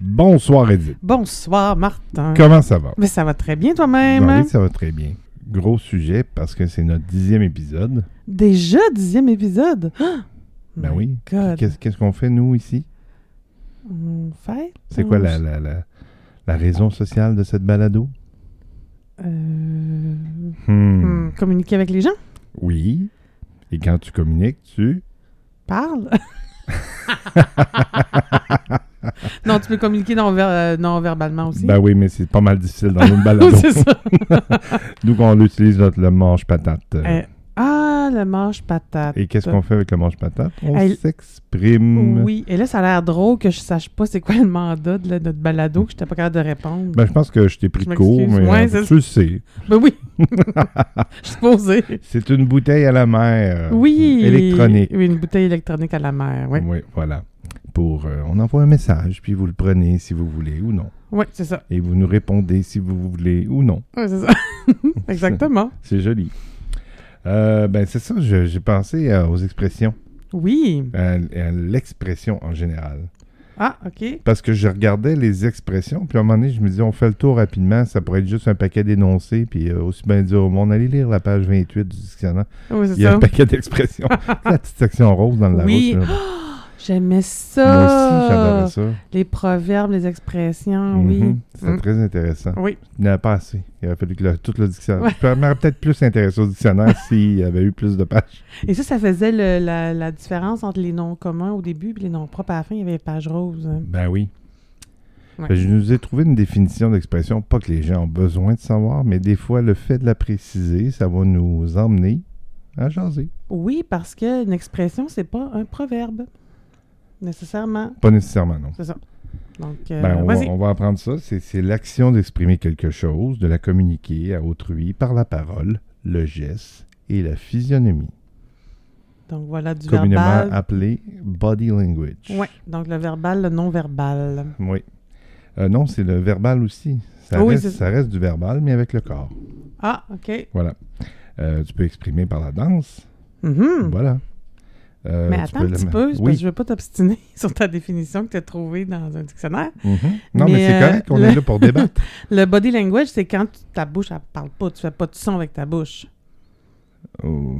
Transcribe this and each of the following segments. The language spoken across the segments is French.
Bonsoir Edith. Bonsoir, Martin. Comment ça va? Mais ça va très bien Ben toi-même. oui, ça va très bien. Gros sujet parce que c'est notre dixième épisode. Déjà dixième épisode. Ah! Ben My oui. God. Qu'est-ce qu'est-ce qu'on fait nous ici? On fête? C'est quoi On- la, la, la, la raison sociale de cette balado? Euh, Hmm. hmm, Communiquer avec les gens? Oui. Et quand tu communiques, tu... Parle. non, tu peux communiquer non, ver- euh, non verbalement aussi. Ben oui, mais c'est pas mal difficile dans une Oui, balado. c'est ça. nous, on utilise notre le manche-patate. Euh, ah, le manche patate. Et qu'est-ce qu'on fait avec le manche-patate? On Elle- s'exprime. Oui, et là, ça a l'air drôle que je sache pas c'est quoi le mandat de la- notre balado, que je n'étais pas capable de répondre. Ben, je pense que je t'ai pris Je de court, m'excuse. mais Ouais, euh, c'est tu le sais. Ben oui, je suis posée. C'est une bouteille à la mer. Oui. Euh, Électronique. Mm. Oui, une bouteille électronique à la mer, oui. Oui, voilà. Pour, euh, on envoie un message, puis vous le prenez si vous voulez ou non. Oui, c'est ça. Et vous nous répondez si vous voulez ou non. Oui, c'est ça. Exactement. C'est joli. Euh, ben, c'est ça, je- j'ai pensé euh, aux expressions, Oui. à, à l'expression en général. Ah, OK. Parce que je regardais les expressions, puis à un moment donné, je me disais, on fait le tour rapidement, ça pourrait être juste un paquet d'énoncés, puis euh, aussi bien dire au monde, allez lire la page 28 du dictionnaire. Oui, Il c'est y a ça. un paquet d'expressions. la petite section rose dans la Oui. Ah! route. J'aimais ça. Moi aussi, j'adorais ça. Les proverbes, les expressions, oui. Mhm. C'était Mm. très intéressant. Oui, Il n'y en a pas assez. Il aurait fallu que le- tout le dictionnaire. Ouais. Je m'aurais peut-être plus intéressé au dictionnaire s'il y avait eu plus de pages. et ça, ça faisait le- la, la différence entre les noms communs au début et les noms propres à la fin. Il y avait page rose. hein. Ben oui. Ouais. Fait que Je nous ai trouvé une définition d'expression, pas que les gens ont besoin de savoir, mais des fois, le fait de la préciser, ça va nous emmener à jaser. Oui, parce qu'une expression, c'est pas un proverbe, nécessairement. Pas nécessairement, non. C'est ça. Donc, euh, Ben, on, va, vas-y. on va apprendre ça. C'est c'est l'action d'exprimer quelque chose, de la communiquer à autrui par la parole, le geste et la physionomie, Donc, voilà du communément verbal. appelée body language. Oui, donc le verbal, le non-verbal. Oui. Euh, non, c'est le verbal aussi. Ça, Oui, reste, c'est- ça reste du verbal, mais avec le corps. Ah, OK. Voilà. Euh, tu peux exprimer par la danse. Mhm. Voilà. Euh, Mais tu attends un peux le- petit peu, parce que Oui. je veux pas t'obstiner sur ta définition que tu as trouvée dans un dictionnaire. Mhm. Non, mais, Mais, c'est euh, correct, on le- est là pour débattre. Le body language, c'est quand tu- ta bouche, elle parle pas, tu fais pas de son avec ta bouche. Oh,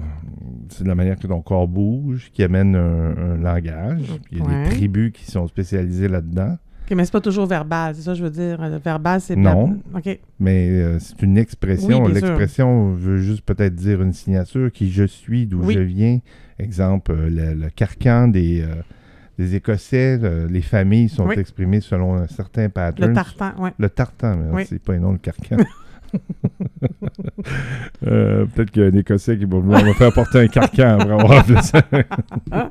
C'est de la manière que ton corps bouge qui amène un, un langage. Puis Il y a Ouais. des tribus qui sont spécialisées là-dedans. OK, mais c'est pas toujours verbal, c'est ça que je veux dire. Euh, Le verbal, c'est... Non. OK. Mais euh, c'est une expression. Oui, bien sûr. L'expression veut juste peut-être dire une signature, qui je suis, d'où Oui. je viens. Exemple, euh, le, le carcan des, euh, des Écossais, le- les familles sont Oui. exprimées selon un certain pattern. Le tartan, ouais. Le tartan, mais Oui. c'est pas un nom, le carcan. Euh, peut-être qu'il y a un Écossais qui va vouloir me faire porter un carcan après avoir appelé ça. Hein?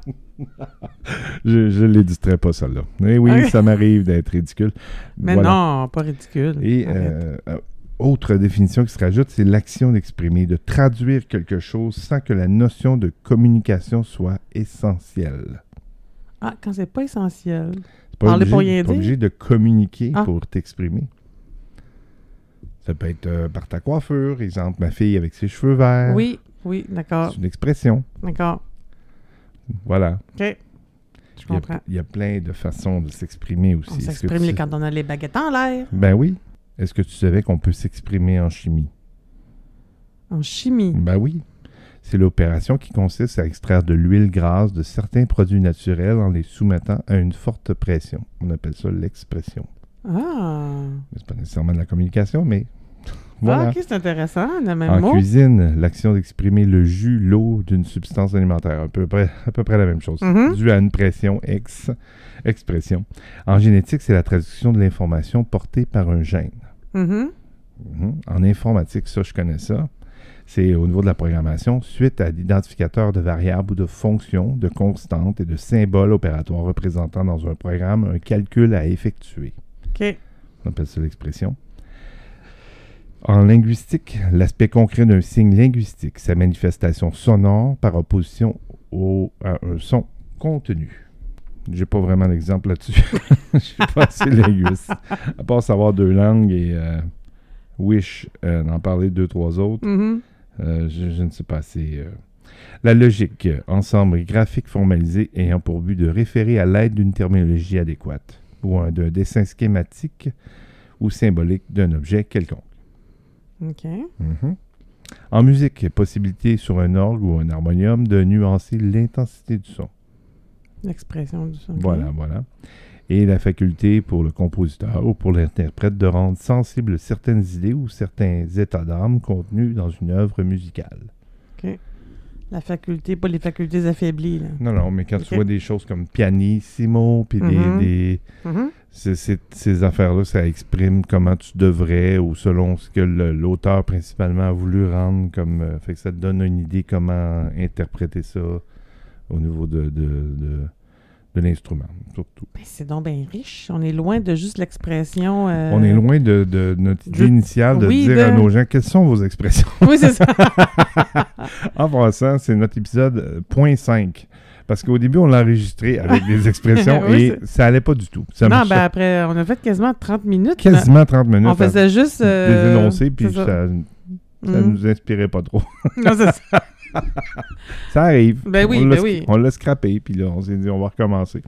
je ne les distrais pas, celle-là. Eh oui, Ok. ça m'arrive d'être ridicule. Mais Voilà. non, pas ridicule. Et Arrête. euh, euh, autre définition qui se rajoute, c'est l'action d'exprimer, de traduire quelque chose sans que la notion de communication soit essentielle. Ah, quand c'est pas essentiel. C'est Pas Parler obligé, pour rien pas dire. obligé de communiquer Ah. pour t'exprimer. Ça peut être euh, par ta coiffure, exemple, ma fille avec ses cheveux verts. Oui, oui, d'accord, Euh, C'est une expression. d'accord. Voilà. OK. Je Il y, a, comprends. il y a plein de façons de s'exprimer aussi. On Est-ce que s'exprime tu les- sais- quand on a les baguettes en l'air. Ben oui. Est-ce que tu savais qu'on peut s'exprimer en chimie? En chimie. Ben oui. C'est l'opération qui consiste à extraire de l'huile grasse de certains produits naturels en les soumettant à une forte pression. On appelle ça l'expression. Ah. C'est pas nécessairement de la communication, mais voilà. Ah, OK, c'est intéressant, le même En mot. cuisine, l'action d'exprimer le jus, l'eau d'une substance alimentaire. À peu près, à peu près la même chose. Mhm. Due à une pression ex, expression. En génétique, c'est la traduction de l'information portée par un gène. Mhm. Mhm. En informatique, ça, je connais ça. C'est au niveau de la programmation, suite à l'identificateur de variables ou de fonctions, de constantes et de symboles opératoires représentant dans un programme un calcul à effectuer. OK. On appelle ça l'expression. En linguistique, l'aspect concret d'un signe linguistique, sa manifestation sonore par opposition au, à un son contenu. J'ai pas vraiment d'exemple là-dessus. Je suis pas assez linguiste. À part savoir deux langues et euh, wish euh, d'en parler deux, trois autres, Mhm. euh, je, je ne sais pas assez. euh. La logique, euh, ensemble graphique formalisé ayant pour but de référer à l'aide d'une terminologie adéquate. ou un, d'un dessin schématique ou symbolique d'un objet quelconque. OK. Mhm. En musique, possibilité sur un orgue ou un harmonium de nuancer l'intensité du son. L'expression du son. Voilà, voilà. Et la faculté pour le compositeur ou pour l'interprète de rendre sensibles certaines idées ou certains états d'âme contenus dans une œuvre musicale. La faculté, pas les facultés affaiblies. Là. Non, non, mais quand tu Ok. vois des choses comme pianissimo, puis des- Mhm. des, Mhm. ces- ces- ces affaires-là, ça exprime comment tu devrais ou selon ce que le- l'auteur principalement a voulu rendre comme. euh, fait que ça te donne une idée comment interpréter ça au niveau de, de, de, de l'instrument, surtout. Ben, c'est donc bien riche. On est loin de juste l'expression. euh, On est loin de, de notre idée de- initiale de oui, ben dire à de- nos gens quelles sont vos expressions. Oui, c'est ça. en passant, c'est notre épisode euh, point 5. Parce qu'au début, on l'a enregistré avec des expressions Oui, et ça allait pas du tout. Ça non, marchait ben après, on a fait quasiment 30 minutes. là. quasiment 30 minutes. On faisait juste. à euh, des énoncés, puis c'est ça. ça, ça Mhm. nous inspirait pas trop. Non, c'est ça. Ça arrive. Ben oui, on l'a ben oui. on l'a scrappé, puis là, on s'est dit, on va recommencer.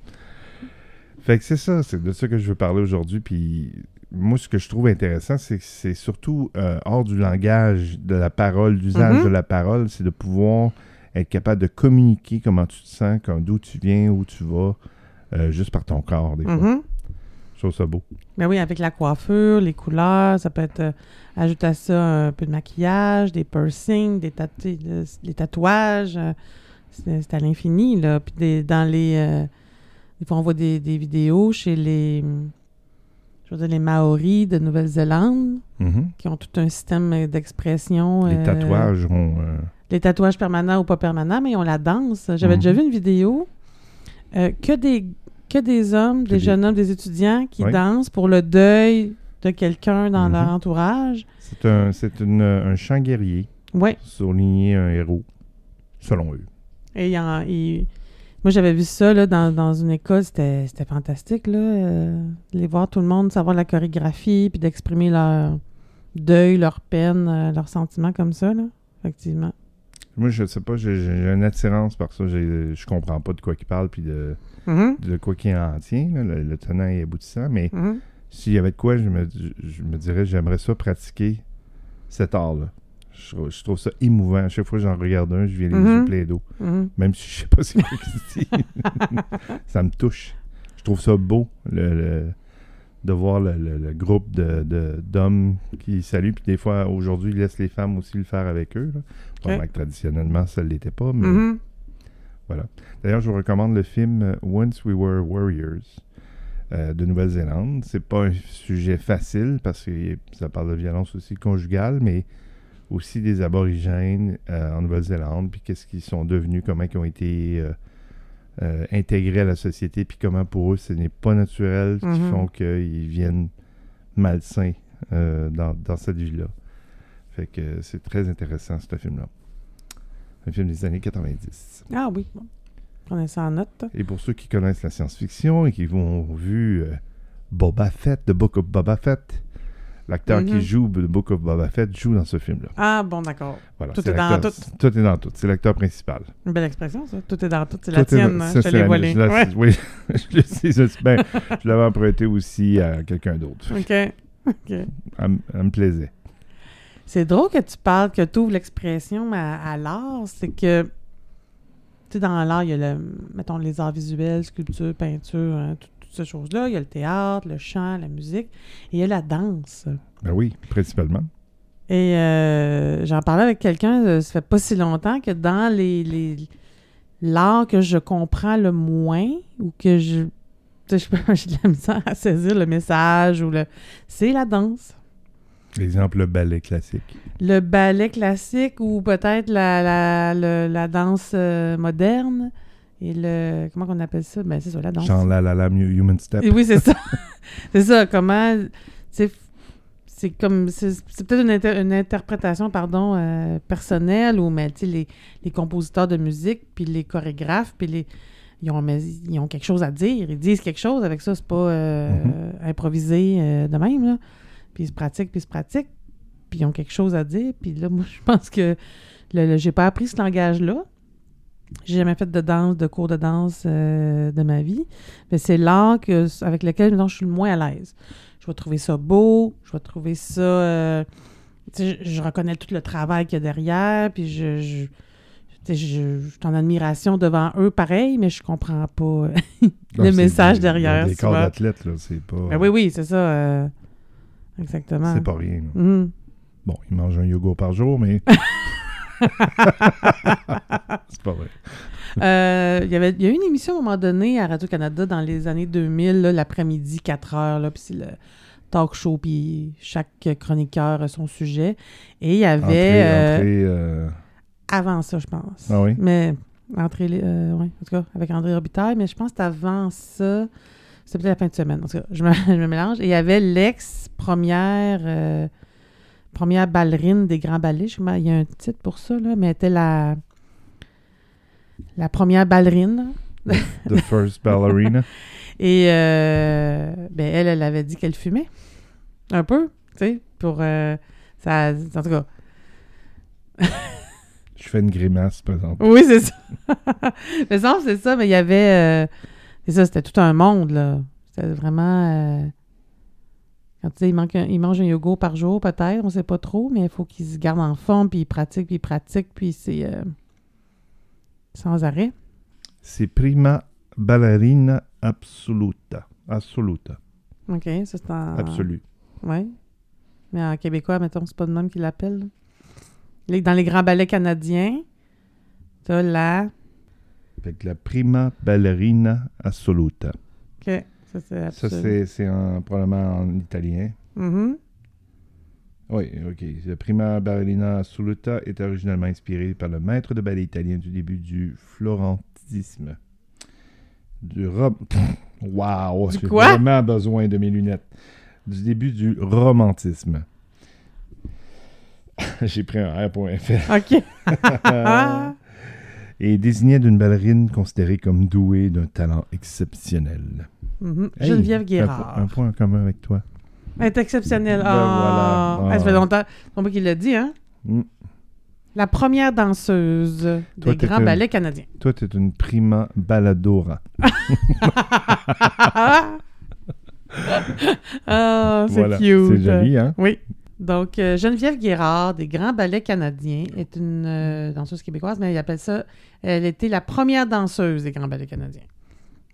Fait que c'est ça, c'est de ça que je veux parler aujourd'hui. Puis moi, ce que je trouve intéressant, c'est que c'est surtout euh, hors du langage, de la parole, d'usage Mhm. de la parole, c'est de pouvoir être capable de communiquer comment tu te sens, comme- d'où tu viens, où tu vas, euh, juste par ton corps, des fois. Mhm. Je trouve ça beau. Ben oui, avec la coiffure, les couleurs, ça peut être. euh, ajoute à ça un peu de maquillage, des piercings, des, tatou- de- des tatouages. euh, c'est c'est à l'infini, là. Puis des- dans les. euh, des fois, on voit des, des vidéos chez les. hum, Je veux dire, les Maoris de Nouvelle-Zélande, Mhm. qui ont tout un système euh, d'expression. Les euh, tatouages ont. euh, les tatouages permanents ou pas permanents, mais ils ont la danse. J'avais Mhm. déjà vu une vidéo euh, que, des, que des hommes, des des- jeunes hommes, des étudiants qui Oui. dansent pour le deuil de quelqu'un dans leur Mhm. entourage. c'est un, c'est une- un chant guerrier, Oui. souligner un héros, selon eux. Et il y en- il- Moi, j'avais vu ça là, dans, dans une école. C'était c'était fantastique, là, euh, de les voir tout le monde savoir la chorégraphie puis d'exprimer leur deuil, leur peine, euh, leurs sentiments comme ça, là. Effectivement. Moi, je sais pas, j'ai j'ai- j'ai une attirance par ça. J'ai- Je comprends pas de quoi qu'il parle puis de, Mhm. de quoi qu'il en tient, là, le, le tenant et aboutissant. Mais Mhm. s'il y avait de quoi, je me, je- je me dirais, j'aimerais ça pratiquer cet art-là. Je, trou- je trouve ça émouvant. À chaque fois que j'en regarde un, je viens les Mhm. yeux pleins d'eau. Mhm. Même si je sais pas c'est quoi qu'il dit. ça me touche. Je trouve ça beau le- le- de voir le, le- le groupe de- de- d'hommes qui saluent. Puis des fois, aujourd'hui, ils laissent les femmes aussi le faire avec eux. là. Bon, ben, que traditionnellement, ça ne l'était pas, mais Mhm. D'ailleurs, je vous recommande le film euh, Once We Were Warriors euh, de Nouvelle-Zélande. C'est pas un sujet facile parce que ça parle de violence aussi conjugale, mais aussi des aborigènes euh, en Nouvelle-Zélande, puis qu'est-ce qu'ils sont devenus, comment ils ont été euh, euh, intégrés à la société, puis comment pour eux ce n'est pas naturel, ce qui Mhm. font qu'ils viennent malsains euh, dans, dans cette vie-là. Fait que c'est très intéressant, ce film-là. Un film des années 90. Ah oui. Prenez ça en note. Et pour ceux qui connaissent la science-fiction et qui ont vu euh, Boba Fett, The Book of Boba Fett, l'acteur Mhm. qui joue The Book of Boba Fett joue dans ce film-là. Ah bon, d'accord. Voilà, Tout c'est est dans l'acteur- Tout est dans tout. C'est l'acteur principal. Une belle expression, ça. Tout est dans tout. C'est Tout la est tienne. dans- hein, ça, Je te c'est l'ai la- volée. je la- Ouais. Oui, je le sais, je sais bien. Je l'avais emprunté aussi à quelqu'un d'autre. OK. OK. Elle, m- elle me plaisait. C'est drôle que tu parles, que tu ouvres l'expression à, à l'art. C'est que, tu sais, dans l'art, il y a, le, mettons, les arts visuels, sculpture, peinture, hein, tout- toutes ces choses-là. Il y a le théâtre, le chant, la musique. Et il y a la danse. Ben oui, principalement. Et euh, j'en parlais avec quelqu'un, euh, ça fait pas si longtemps que dans les, les- l'art que je comprends le moins ou que je tu sais, je peux- j'ai de la misère à saisir le message ou le c'est la danse. Exemple, le ballet classique. Le ballet classique ou peut-être la, la, le- la danse euh, moderne et le comment qu'on appelle ça ben c'est ça la danse. Jean la la la mieux Human Step. Et oui, c'est ça. c'est ça. Comment. tu sais, f- C'est comme. C'est c'est peut-être une, inter- une interprétation, pardon, euh, personnelle, ou, mais tu sais, les, les compositeurs de musique, puis les chorégraphes, puis les. Ils ont, mais ils ont quelque chose à dire. Ils disent quelque chose avec ça. C'est pas euh, Mhm. improvisé euh, de même, là. Puis ils se pratiquent, puis ils se pratiquent, puis ils ont quelque chose à dire. Puis là, moi, je pense que le- le- j'ai pas appris ce langage-là. J'ai jamais fait de danse, de cours de danse euh, de ma vie. Mais c'est l'art que- avec lequel mettons, je suis le moins à l'aise. Je vais trouver ça beau, je vais trouver ça. euh, tu sais, je, je reconnais tout le travail qu'il y a derrière, puis je. je tu sais, je, je suis en admiration devant eux, pareil, mais je comprends pas. euh. Le c'est message des- derrière, Des tu corps vois. d'athlète, là, c'est pas. Ben oui, oui, c'est ça. euh, exactement. C'est pas rien. là. Mhm. Bon, il mange un yogourt par jour, mais. c'est pas vrai. Euh, Il y avait- il y a eu une émission à un moment donné à Radio-Canada dans les années 2000, là, l'après-midi, 4 heures, là, puis c'est le talk show, puis chaque chroniqueur a son sujet. Et il y avait, Entrée, euh, entrée, euh, avant ça, je pense. Ah oui? Mais, entrée, euh, ouais, en tout cas, avec André Robitaille, mais je pense que c'était avant ça, c'était peut-être la fin de semaine, en tout cas, je me, je me mélange. Et il y avait l'ex-première euh, première ballerine des grands ballets, je sais pas, il y a un titre pour ça, là, mais elle était la, la première ballerine, là. The First Ballerina. Et euh, ben elle, elle avait dit qu'elle fumait. Un peu, tu sais, pour... euh, ça, en tout cas, Je fais une grimace, par exemple. oui, c'est ça. mais ça, c'est ça, mais il y avait... euh, c'est ça, c'était tout un monde, là. C'était vraiment... euh, quand tu sais, il, manque un- il mange un yogourt par jour, peut-être, on sait pas trop, mais il faut qu'il se garde en forme, puis il pratique, puis il pratique, puis c'est... euh, sans arrêt. C'est Prima Ballerina Absoluta. Absoluta. OK, ça c'est en... Absolue. Oui. Mais en québécois, mettons, c'est pas le nom qui l'appelle. là. Les- Dans les grands ballets canadiens, t'as la. Fait que la Prima Ballerina Assoluta. OK. Ça, c'est Ça, absolu. c'est c'est en- probablement en italien. Mhm. Oui, OK. La Prima Ballerina Assoluta est originalement inspirée par le maître de ballet italien du début du florentisme. Du rom... Wow! Du J'ai quoi? vraiment besoin de mes lunettes. Du début du romantisme. J'ai pris un R.fr. OK. Euh, Ah! et désignait d'une ballerine considérée comme douée d'un talent exceptionnel. Mhm. Hey, Geneviève t'as un po- Guérard. Un, point en commun avec toi. Elle est exceptionnelle. Ben Ah, voilà. Ah. Ça fait longtemps. C'est pas moi qui l'a dit, hein? Mm. La première danseuse Toi, des t'es grands une- ballets canadiens. Toi, tu es une prima balladora. Oh, ah, c'est Voilà, cute. C'est joli, hein? Oui. Donc, euh, Geneviève Guérard, des Grands Ballets Canadiens, est une euh, danseuse québécoise, mais elle appelle ça. Elle était la première danseuse des Grands Ballets Canadiens.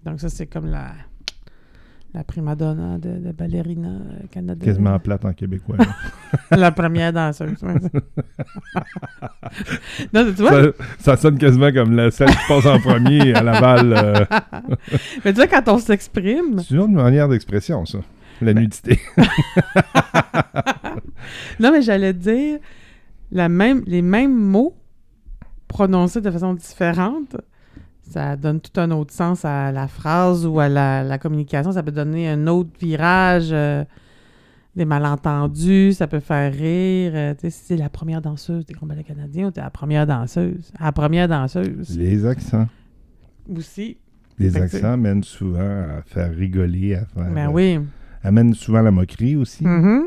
Donc, ça, c'est comme la, la prima donna de, de ballerina euh, canadienne. Quasiment plate en québécois. hein. La première danseuse. ouais. non, tu vois, ça, ça sonne quasiment comme la scène qui passe en premier à Laval. euh. mais tu vois, quand on s'exprime, C'est une autre manière d'expression, ça. La Ben, nudité. Non, mais j'allais dire la même, les mêmes mots prononcés de façon différente. Ça donne tout un autre sens à la phrase ou à la, la communication. Ça peut donner un autre virage, euh, des malentendus, ça peut faire rire. euh, tu sais, si c'est la première danseuse des combats canadiens, ou t'es la première danseuse, la première danseuse Les accents. aussi. Les Fait que c'est- accents mènent souvent à faire rigoler, à faire. euh, Ben oui. Amènent souvent la moquerie aussi. Mhm.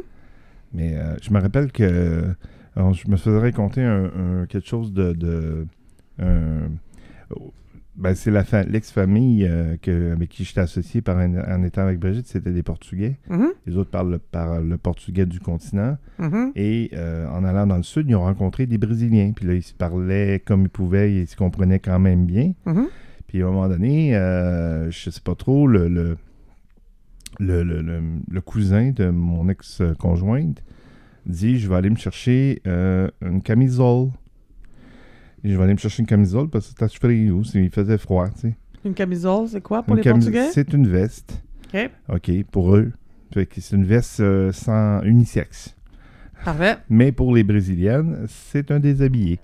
Mais euh, je me rappelle que alors, je me faisais raconter un, un- quelque chose de. de- un- oh, ben, c'est la fa- l'ex-famille euh, que- avec qui j'étais associé par un- en étant avec Brigitte, c'était des Portugais. Mhm. Les autres parlent le, par le portugais du continent. Mhm. Et euh, en allant dans le sud, ils ont rencontré des Brésiliens. Puis là, ils se parlaient comme ils pouvaient, ils se comprenaient quand même bien. Mhm. Puis à un moment donné, euh, je sais pas trop, le, le, le, le- le- le cousin de mon ex-conjointe dit Je vais aller me chercher euh, une camisole. Et je vais aller me chercher une camisole parce que c'était frio, c'est- il faisait froid, tu sais. Une camisole, c'est quoi pour Une les camis- Portugais? C'est une veste. OK. OK, pour eux. Fait que c'est une veste euh, sans unisexe. Parfait. Mais pour les Brésiliennes, c'est un déshabillé.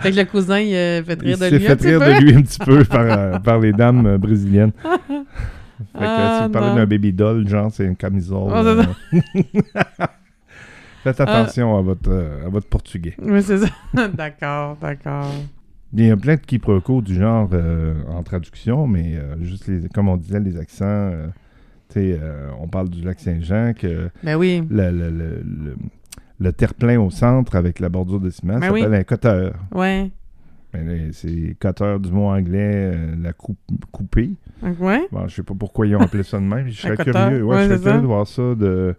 Fait que le cousin, il euh, fait Il rire de s'est lui un fait petit rire peu. de lui un petit peu par, euh, par les dames euh, brésiliennes. fait que euh, si Ah, vous parlez non. d'un baby doll, genre, c'est une camisole. Oh, c'est euh, Faites attention à, votre, euh, à votre portugais. Oui, c'est ça. d'accord, d'accord. Il y a plein de quiproquos du genre euh, en traduction, mais euh, juste les, comme on disait, les accents. euh, tu sais, euh, on parle du lac Saint-Jean, que Ben oui. le, le- le- le- le terre-plein au centre avec la bordure de ciment Ben s'appelle oui. un coteur. Ouais. Mais Ben là, c'est cutter du mot anglais, euh, la coupe, coupée. Donc, ouais. Bon, je sais pas pourquoi ils ont appelé ça de même. Je serais cutter, curieux, ouais, ouais, je serais c'est curieux ça. de voir ça, de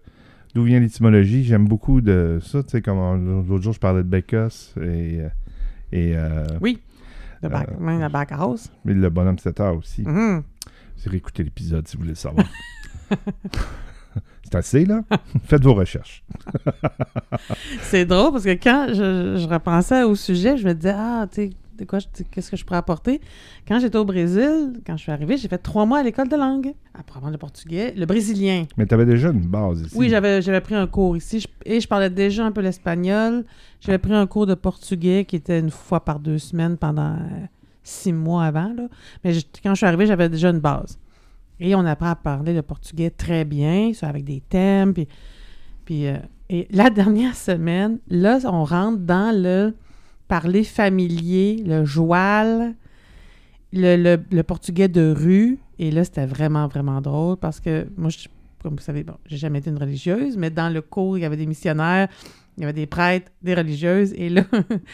d'où vient l'étymologie. J'aime beaucoup de ça. Tu sais, comme en- l'autre jour, je parlais de Bécosse et, euh, et euh, Oui. Le bac, Euh, ouais, la backhouse. mais le bonhomme 7 heures aussi. Mhm. Vous irez écouter l'épisode si vous voulez le savoir. C'est assez, là? Faites vos recherches. C'est drôle parce que quand je, je repensais au sujet, je me disais, ah, tu sais, de quoi, je- qu'est-ce que je pourrais apporter? Quand j'étais au Brésil, quand je suis arrivée, j'ai fait trois mois à l'école de langue. Après apprendre le portugais, le brésilien. Mais tu avais déjà une base ici. Oui, j'avais j'avais pris un cours ici je- et je parlais déjà un peu l'espagnol. J'avais pris un cours de portugais qui était une fois par deux semaines pendant euh, six mois avant. là. Mais je- quand je suis arrivée, j'avais déjà une base. Et on apprend à parler le portugais très bien, ça, avec des thèmes. Puis, puis, euh, et la dernière semaine, là, on rentre dans le parler familier, le joual, le, le- le portugais de rue. Et là, c'était vraiment, vraiment drôle parce que moi, je comme vous savez, bon, j'ai jamais été une religieuse, mais dans le cours, il y avait des missionnaires, il y avait des prêtres, des religieuses, et là,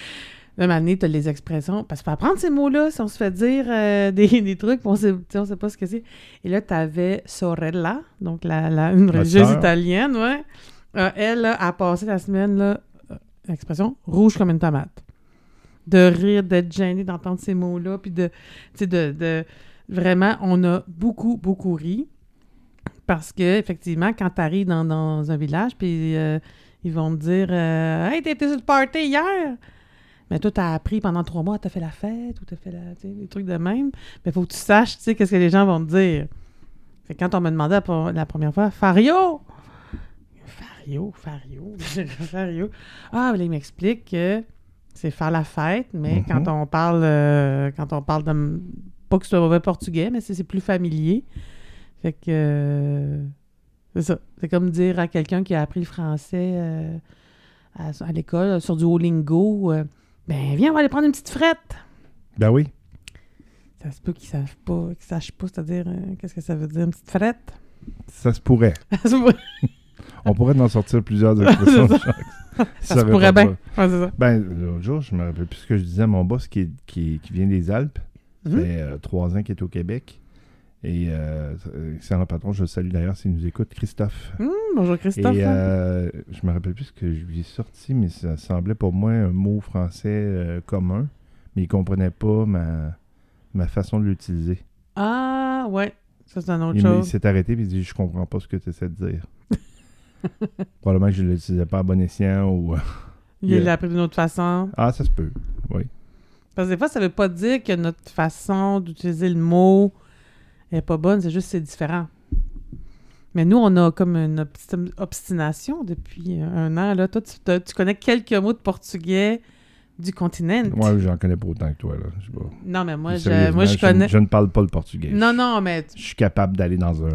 là, année, tu as les expressions, parce qu'il faut apprendre ces mots-là, si on se fait dire euh, des, des trucs, puis on sait, tu sais, on sait pas ce que c'est. Et là, tu avais Sorella, donc la, la- une Ma religieuse sœur. italienne, ouais. Euh, elle là, a passé la semaine, là, euh, expression, rouge comme une tomate. De rire, d'être gênée d'entendre ces mots-là, puis de, tu sais, de, de- Vraiment, on a beaucoup, beaucoup ri. Parce que, effectivement, quand tu arrives dans, dans un village, puis euh, ils vont me dire euh, Hey, t'étais sur le party hier! Mais toi, t'as appris pendant trois mois, t'as fait la fête ou t'as fait la, tu sais, des trucs de même. Mais faut que tu saches, tu sais, qu'est-ce que les gens vont te dire. Fait que quand on me demandait la pro- la première fois Fario! Fario, Fario, Fario. Ah, mais là, il m'explique que c'est faire la fête, mais Mhm. quand on parle euh, quand on parle de. Pas que c'est un mauvais portugais, mais c'est c'est plus familier. Fait que. euh, c'est ça. C'est comme dire à quelqu'un qui a appris le français euh, à, à l'école, sur du Olingo, ben viens, on va aller prendre une petite frette. Ben oui. Ça se peut qu'ils savent pas, qu'ils sachent pas, c'est-à-dire euh, qu'est-ce que ça veut dire une petite frette. Ça se pourrait. ça se pourrait, On pourrait en sortir plusieurs expressions. Jacques. ça Ça se pourrait répond bien. pas. Ouais, c'est ça. Ben, l'autre jour, je me rappelle plus ce que je disais à mon boss qui, est- qui, qui vient des Alpes. Ça Mhm. fait euh, trois ans qu'il est au Québec. Et euh, excellent patron, je le salue d'ailleurs s'il nous écoute, Christophe. Hum, bonjour Christophe. Et euh, je me rappelle plus ce que je lui ai sorti, mais ça semblait pour moi un mot français euh, commun, mais il comprenait pas ma, ma façon de l'utiliser. Ah ouais, ça c'est une autre Il, me- il chose. s'est arrêté et il dit Je comprends pas ce que tu essaies de dire. Probablement que je ne l'utilisais pas à bon escient ou. Il il- l'a appris d'une autre façon. Ah, ça se peut. Oui. Parce que des fois, ça veut pas dire que notre façon d'utiliser le mot est pas bonne, c'est juste que c'est différent. Mais nous, on a comme une obsti- obstination depuis euh, un an. Là. Toi, tu, t'as- tu connais quelques mots de portugais du continent. Moi, j'en connais pas autant que toi. Là. Je sais pas. Non, mais moi, je, Sérieusement, moi, je connais. Je ne parle pas le portugais. Non, non, mais. Je suis capable d'aller dans un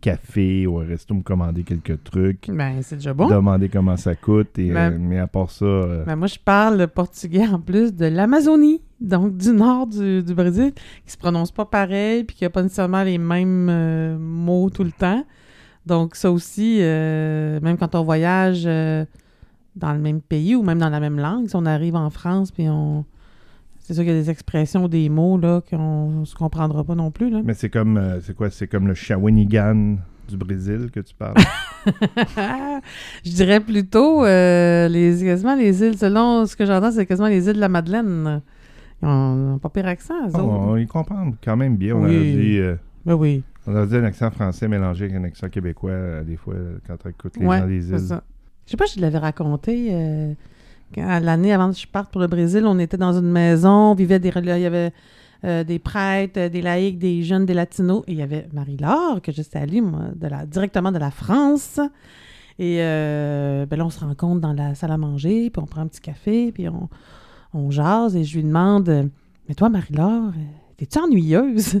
café ou un resto, me commander quelques trucs, Ben, c'est déjà bon. demander comment ça coûte. Et, Ben- euh, mais à part ça, euh, Ben, moi, je parle le portugais en plus de l'Amazonie, donc du nord du, du Brésil, qui se prononce pas pareil, puis qui a pas nécessairement les mêmes euh, mots tout le temps. Donc, ça aussi, euh, même quand on voyage euh, dans le même pays ou même dans la même langue, si on arrive en France, puis on. C'est sûr qu'il y a des expressions, des mots, là, qu'on se comprendra pas non plus, là. mais c'est comme, euh, c'est quoi? C'est comme le Shawinigan du Brésil que tu parles. je dirais plutôt euh, les, quasiment les îles, selon ce que j'entends, c'est quasiment les îles de la Madeleine. Ils ont, pas pire accent, eux Oh, autres. on, ils comprennent quand même bien. On, Oui. a dit, euh, Ben oui, on a dit un accent français mélangé avec un accent québécois, euh, des fois, quand on écoute les ouais, gens des c'est îles. ça. Je sais pas si je l'avais raconté. euh, quand- L'année avant que je parte pour le Brésil, on était dans une maison, on vivait des... rela- Il y avait euh, des prêtres, euh, des laïcs, des jeunes, des latinos. Et il y avait Marie-Laure, que je salue, moi, de la, directement de la France. Et euh, ben là, on se rencontre dans la salle à manger, puis on prend un petit café, puis on, on jase. Et je lui demande, euh, « Mais toi, Marie-Laure, euh, t'es-tu ennuyeuse? »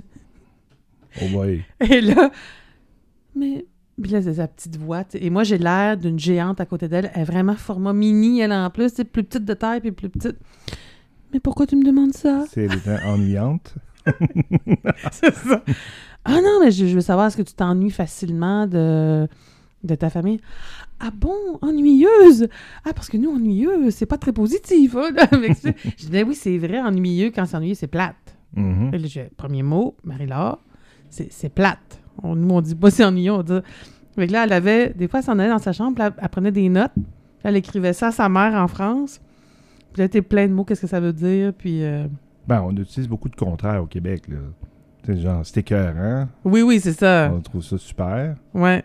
Oh boy. Et là, mais. Puis là, c'est sa petite voix. tu sais. Et moi, j'ai l'air d'une géante à côté d'elle. Elle est vraiment format mini, elle en plus. C'est plus petite de taille, puis plus petite. Mais pourquoi tu me demandes ça? C'est des temps ennuyantes. c'est ça. Ah non, mais je, je veux savoir, est-ce que tu t'ennuies facilement de, de ta famille. Ah bon, ennuyeuse? Ah, parce que nous, ennuyeux, c'est pas très positif. hein, là, avec ça. je disais, oui, c'est vrai, ennuyeux, quand c'est ennuyeux, c'est plate. Mhm. Et là, j'ai- premier mot, Marie-Laure, c'est c'est plate. On, nous, on dit pas c'est ennuyeux, on dit. Fait que là, elle avait, des fois, elle s'en allait dans sa chambre, puis elle, elle prenait des notes, puis elle écrivait ça à sa mère en France. Puis là, t'es plein de mots, qu'est-ce que ça veut dire, puis. euh, Ben, on utilise beaucoup de contraires au Québec, là. Tu sais, genre, hein? c'est écœurant, Oui, oui, c'est ça. on trouve ça super. Ouais.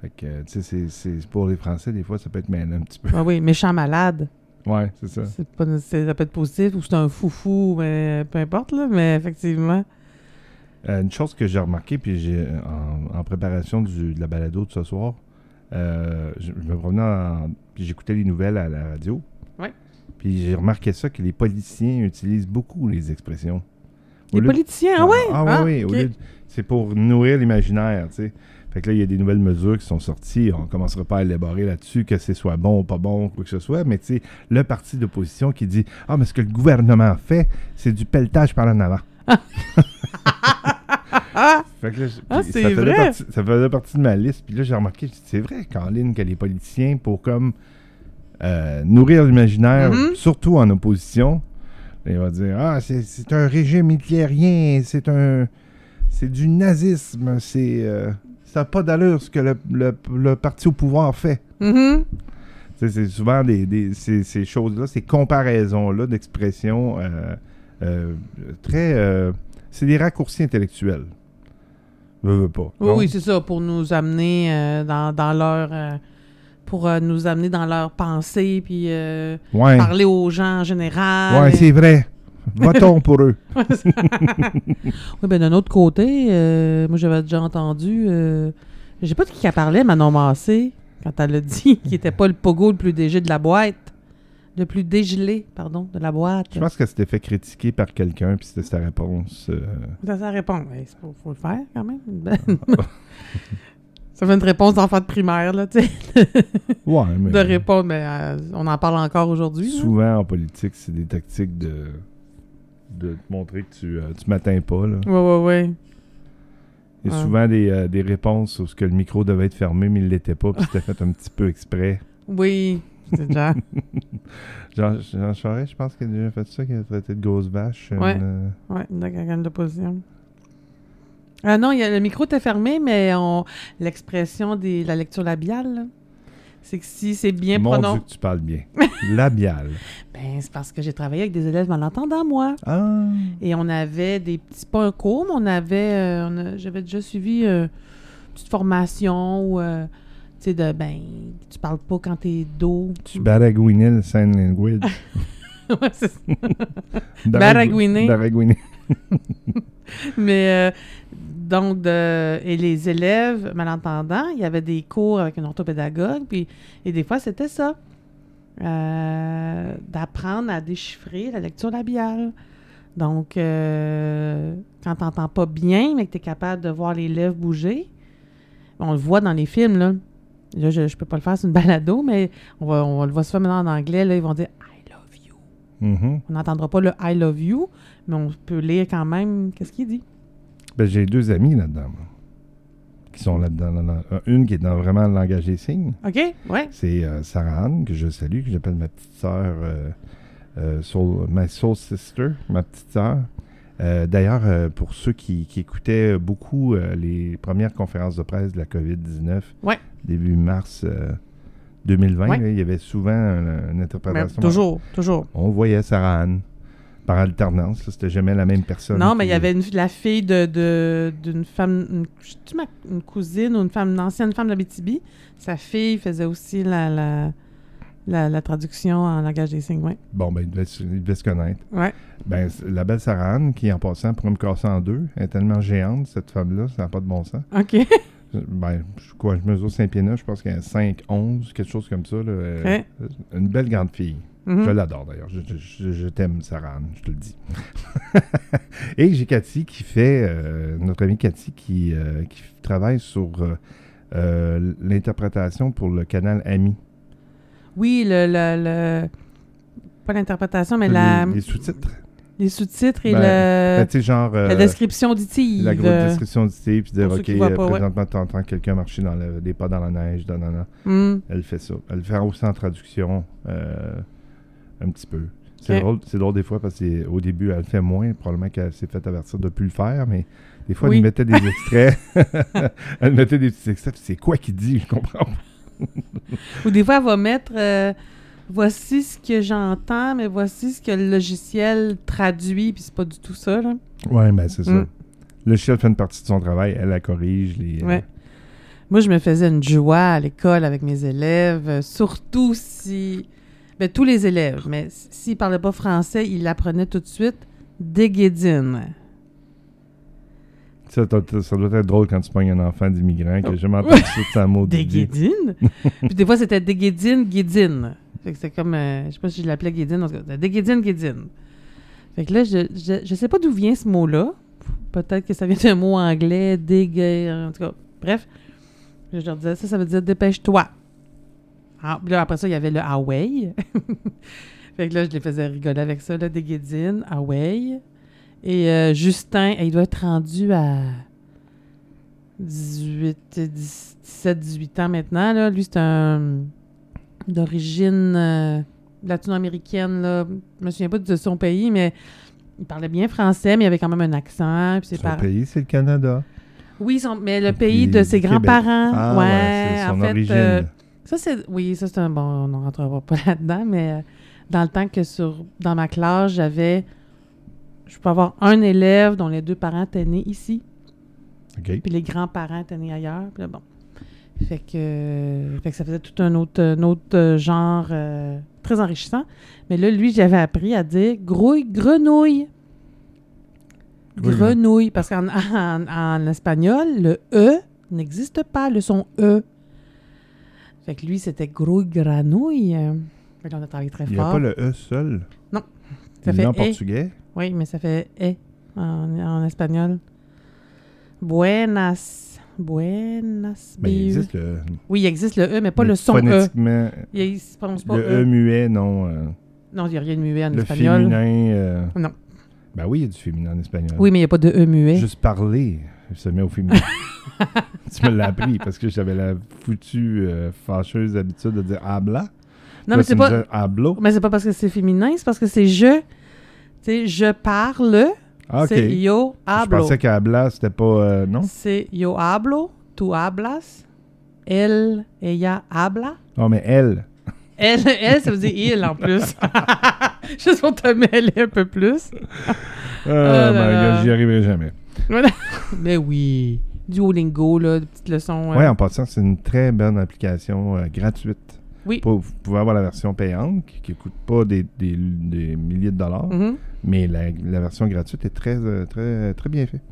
Fait que, tu sais, c'est- c'est pour les Français, des fois, ça peut être mêlant un petit peu. Ouais, oui, méchant malade. Ouais, c'est ça. C'est pas, c'est- ça peut être positif ou c'est un foufou, mais peu importe, là, mais effectivement. Euh, une chose que j'ai remarqué, puis j'ai en, en préparation du- de la balado de ce soir, euh, je, je me promenais, en- puis j'écoutais les nouvelles à la radio. Ouais. Puis j'ai remarqué ça, que les politiciens utilisent beaucoup les expressions. Au Les lieu de- politiciens, ah ouais? Ah, oui, oui. au ok. lieu de- C'est pour nourrir l'imaginaire, tu sais. Fait que là, il y a des nouvelles mesures qui sont sorties. On ne commencera pas à élaborer là-dessus, que ce soit bon ou pas bon, quoi que ce soit. Mais tu sais, le parti d'opposition qui dit « Ah, mais ce que le gouvernement fait, c'est du pelletage par en avant. Ah! » Fait que là, je- Ah, puis c'est ça faisait vrai! partie- ça faisait partie de ma liste. Puis là, j'ai remarqué, j'ai dit, c'est vrai, Caroline, que les politiciens, pour comme euh, nourrir l'imaginaire, Mhm. surtout en opposition, ils vont dire « Ah, c'est- c'est un régime hitlérien, c'est un... C'est du nazisme, c'est... euh, ça n'a pas d'allure ce que le, le- le parti au pouvoir fait. Mhm. » Tu sais, C'est souvent des, des- ces, ces choses-là, ces comparaisons-là d'expressions euh, euh, très... euh, c'est des raccourcis intellectuels. Veux, veux pas. Oui, non? oui, c'est ça, pour nous amener euh, dans, dans leur... euh, pour euh, nous amener dans leur pensée, puis euh, Ouais. parler aux gens en général. Ouais, Et- c'est vrai. Votons pour eux. Oui, ben d'un autre côté, euh, moi j'avais déjà entendu, euh, je sais pas de qui elle parlait, Manon Massé, quand elle a dit qu'il était pas le pogo le plus dégelé de la boîte, le plus dégelé, pardon, de la boîte. Je pense que c'était fait critiquer par quelqu'un, puis c'était sa réponse. euh, Ça, ça répond. Ouais, c'est faut, faut le faire quand même. Une bonne- ça fait une réponse d'enfant de primaire, là, tu sais, Ouais, mais de hein. répondre, mais euh, on en parle encore aujourd'hui. là. souvent en politique, c'est des tactiques de de te montrer que tu, euh, tu m'atteins pas. Là. Ouais, ouais, ouais. Il y a Ouais. souvent des, euh, des réponses où ce que le micro devait être fermé, mais il l'était pas, puis c'était fait un petit peu exprès. Oui, c'est déjà. Jean, Jean Charest, je pense qu'il a déjà fait ça, qu'il a traité de grosse vache. une, Ouais. euh, Oui, dans quelqu'un de position. Ah non, il y a- le micro était fermé, mais on l'expression de la lecture labiale, là, c'est que si c'est bien Mon prononcé. Dieu que tu parles bien. Labial. Ben, c'est parce que j'ai travaillé avec des élèves malentendants, moi. Ah. Et on avait des petits, pas un cours, mais on avait, euh, on a- j'avais déjà suivi euh, une petite formation où, euh, tu sais, de, ben, tu parles pas quand t'es dos. Tu baragouinais le sign language. Ouais, c'est ça. Baragouiner. Baragouiner. Baragouiner. Mais euh, donc, de, et les élèves malentendants, il y avait des cours avec une orthopédagogue, puis et des fois c'était ça, Euh, d'apprendre à déchiffrer la lecture labiale. Donc, euh, quand t'entends pas bien, mais que tu es capable de voir les lèvres bouger, on le voit dans les films, là. Là, je, je peux pas le faire, c'est une balado, mais on va, on va le voir souvent maintenant en anglais, là, ils vont dire « I love you ». Mhm. On n'entendra pas le I love you, mais on peut lire quand même qu'est-ce qu'il dit. Ben, j'ai deux amis là-dedans. moi, Qui sont là-dedans. dans la- Une qui est dans vraiment le langage des signes. OK? Ouais. C'est euh, Sarah Anne, que je salue, que j'appelle ma petite sœur. euh, euh, soul, my soul sister, ma petite sœur. Euh, D'ailleurs, euh, pour ceux qui, qui écoutaient beaucoup euh, les premières conférences de presse de la COVID-19, Ouais. début mars euh, 2020, Ouais. là, il y avait souvent une, une Mais interprétation. toujours, toujours. On voyait Sarah Anne par alternance. là, C'était jamais la même personne. Non, mais il qui- y avait une, fi- la fille de, de- d'une femme, une, je sais-tu ma- une cousine ou une femme, une ancienne femme d'Abitibi. Sa fille faisait aussi la, la, la, la traduction en langage des signes, ouais. Bon, ben, il devait, se- il devait se connaître. Ouais. Ben, c- la belle Sarah Anne, qui, en passant, pourrait me casser en deux, elle est tellement géante, cette femme-là, ça n'a pas de bon sens. OK. Je- Ben, je, quoi, je mesure 5 pieds 9, je pense qu'elle est 5, 11, quelque chose comme ça. là. Euh, Une belle grande fille. Mhm. Je l'adore, d'ailleurs. Je, je- je- je t'aime, Sarah Anne, je te le dis. Et j'ai Cathy qui fait, euh, notre amie Cathy, qui, euh, qui travaille sur euh, euh, l'interprétation pour le canal Ami. Oui, le, le, le- Pas l'interprétation, mais la. Les, les sous-titres. Les sous-titres et Ben, le- Ben, tu sais, genre. euh, la description auditive. la grosse description du style, puis dire, pour ceux OK, qui voient euh, pas, ouais. présentement, tu entends quelqu'un marcher dans le- des pas dans la neige, non, non, non. Hmm. Elle fait ça. Elle le fait aussi en traduction, euh, un petit peu. C'est Ok. drôle, c'est drôle des fois parce qu'au début, elle le fait moins. Probablement qu'elle s'est faite avertir de ne plus le faire, mais des fois, Oui. elle mettait des extraits. elle mettait des petits extraits. puis C'est quoi qu'il dit Je comprends pas. Ou des fois, elle va mettre euh, voici ce que j'entends, mais voici ce que le logiciel traduit, puis c'est pas du tout ça. Là. Ouais, ben c'est ça. Mm. Le chef fait une partie de son travail. Elle la corrige. Les, euh, Ouais. Moi, je me faisais une joie à l'école avec mes élèves, euh, surtout si. Ben, tous les élèves, mais s- s'ils ne parlaient pas français, ils l'apprenaient tout de suite des guédines. Ça, t'as- t'as- ça doit être drôle quand tu pognes un enfant d'immigrant Oh. qui n'a jamais entendu ça de sa mot Des guédines? Puis des fois, c'était des guédines, guédines. Fait que c'est comme. euh, je sais pas si je l'appelais guédine, en tout cas. Des guédines, guédines. Fait que là, je, je, je sais pas d'où vient ce mot-là. Peut-être que ça vient d'un mot anglais, dégueu, en tout cas. Bref, je leur disais ça, ça veut dire dépêche-toi. Ah, puis là, après ça, il y avait le away. fait que là, je les faisais rigoler avec ça, là, des guédines, away. Et euh, Justin, eh, il doit être rendu à 18, 17, 18 ans maintenant. Là. Lui, c'est un d'origine euh, latino-américaine. Là. Je me souviens pas de son pays, mais il parlait bien français, mais il avait quand même un accent. Puis ses Son par- pays, c'est le Canada. oui, son- mais le Et pays puis de ses du Québec. grands-parents. Ah, ouais, c'est son en fait, origine. euh, ça, c'est. Oui, ça, c'est un bon. On ne rentrera pas là-dedans, mais euh, dans le temps que sur dans ma classe, j'avais. Je peux avoir un élève dont les deux parents étaient nés ici, OK. puis les grands-parents étaient nés ailleurs. Puis là, bon. Fait que, euh, fait que ça faisait tout un autre, un autre euh, genre euh, très enrichissant. Mais là, lui, j'avais appris à dire grouille, grenouille. Grouille, grenouille. Grenouille. Parce qu'en en, en espagnol, le E n'existe pas, le son E. Fait que lui, c'était grouille, grenouille. Fait que là, on a travaillé très Il n'y a fort. pas le E seul. Non. Ça Il fait est en E. portugais. Oui, mais ça fait « eh » en, en espagnol. Buenas. Buenas. Ben, il B-U. existe le. Oui, il existe le E, mais pas mais le son E. Phonétiquement, Il, il se prononce pas le E. E muet, non. euh, Non, il n'y a rien de muet en le espagnol. féminin. euh, Non. Ben oui, il y a du féminin en espagnol. Oui, mais il n'y a pas de E muet. Juste parler, ça met au féminin. tu me l'as appris parce que j'avais la foutue euh, fâcheuse habitude de dire habla. Non, mais c'est pas... Hablo. Mais c'est pas parce que c'est féminin, c'est parce que c'est « je ». Tu sais, « je parle Ah, ok. c'est « yo Je hablo pensais qu'habla, c'était pas. euh, non? ». C'est « yo hablo »,« tu hablas »,« elle »,« ella habla ». Non, Ah, mais elle. Elle, elle, ça veut dire il en plus. Juste pour te mêler un peu plus. Oh là my là. God, j'y arriverai jamais. Mais oui. Duolingo, là, des petites leçons. Oui, euh, en passant, c'est une très bonne application euh, gratuite. Oui. Pour- vous pouvez avoir la version payante qui ne coûte pas des, des- des milliers de dollars, mhm. mais la, la version gratuite est très, euh, très, très bien faite.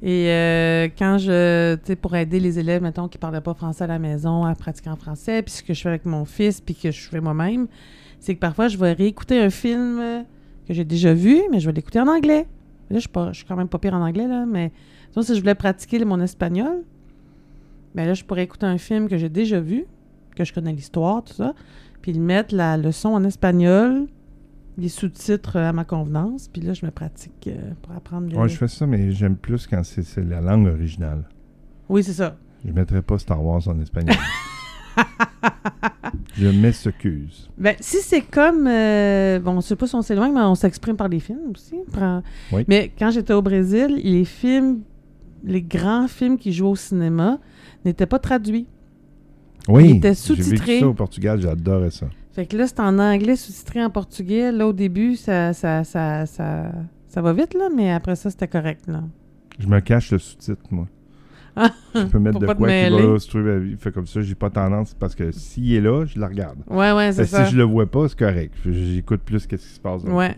Et euh, quand je, tu sais, pour aider les élèves, mettons, qui ne parlaient pas français à la maison, à pratiquer en français, puis ce que je fais avec mon fils, puis que je fais moi-même, c'est que parfois, je vais réécouter un film euh, que j'ai déjà vu, mais je vais l'écouter en anglais. Là, je suis, pas, je suis quand même pas pire en anglais, là, mais disons, si je voulais pratiquer mon espagnol, ben là, je pourrais écouter un film que j'ai déjà vu, que je connais l'histoire, tout ça, puis ils mettent la leçon en espagnol, les sous-titres euh, à ma convenance, puis là, je me pratique euh, pour apprendre le... Ouais, je fais ça, mais j'aime plus quand c'est c'est la langue originale. Oui, c'est ça. Je ne mettrais pas Star Wars en espagnol. Je m'excuse. Ben, si c'est comme. euh, bon, je sais pas si on s'éloigne, mais on s'exprime par les films aussi. Prends- Oui. Mais quand j'étais au Brésil, les films, les grands films qui jouaient au cinéma n'étaient pas traduits. Oui, Il était j'ai vécu sous-titré. ça au Portugal, j'adorais ça. Fait que là, c'est en anglais sous-titré en portugais. Là, au début, ça, ça, ça, ça, ça va vite, là, mais après ça, c'était correct. Là. Je me cache le sous-titre, moi. Ah, je peux mettre pour de pas te quoi qui mêler. va se trouver à vie. Fait comme ça, j'ai pas tendance parce que s'il est là, je la regarde. Ouais, ouais, c'est Ben, ça. Si je le vois pas, c'est correct. Je- J'écoute plus qu'est-ce qui se passe. là. Ouais.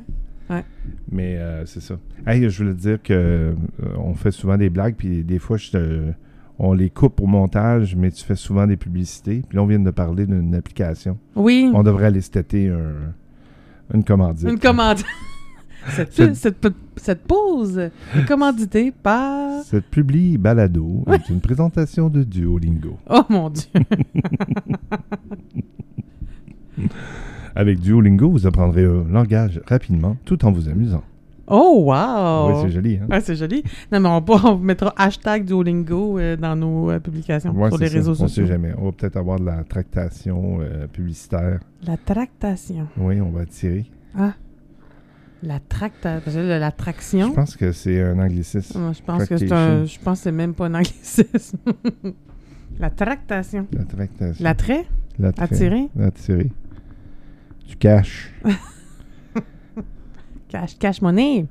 Mais euh, c'est ça. Hey, je voulais te dire que euh, on fait souvent des blagues, puis des fois, je te- on les coupe au montage, mais tu fais souvent des publicités. Puis là, on vient de parler d'une application. Oui, On devrait aller stater un, une commandite. Mm. une commande. cette, Cette- cette, cette pause est commanditée par. Cette publi balado est une présentation de Duolingo. Oh mon Dieu! Avec Duolingo, vous apprendrez euh, le langage rapidement tout en vous amusant. Oh, Oui, wow! c'est joli. Hein? Ouais, c'est joli. Non, mais on, pourra- on mettra hashtag Duolingo euh, dans nos euh, publications Ouais, sur c'est les ça. réseaux On sait sociaux. jamais. On va peut-être avoir de la tractation euh, publicitaire. La tractation. Oui, on va tirer. La tractation. la Je traction. pense que c'est un anglicisme. Moi, je pense que c'est Tractation. un. Je pense que c'est même pas un anglicisme. la tractation. La tractation. L'attrait? La tra- Mm. Attirer? L'attirer. Tu caches. Cache, cache monnaie.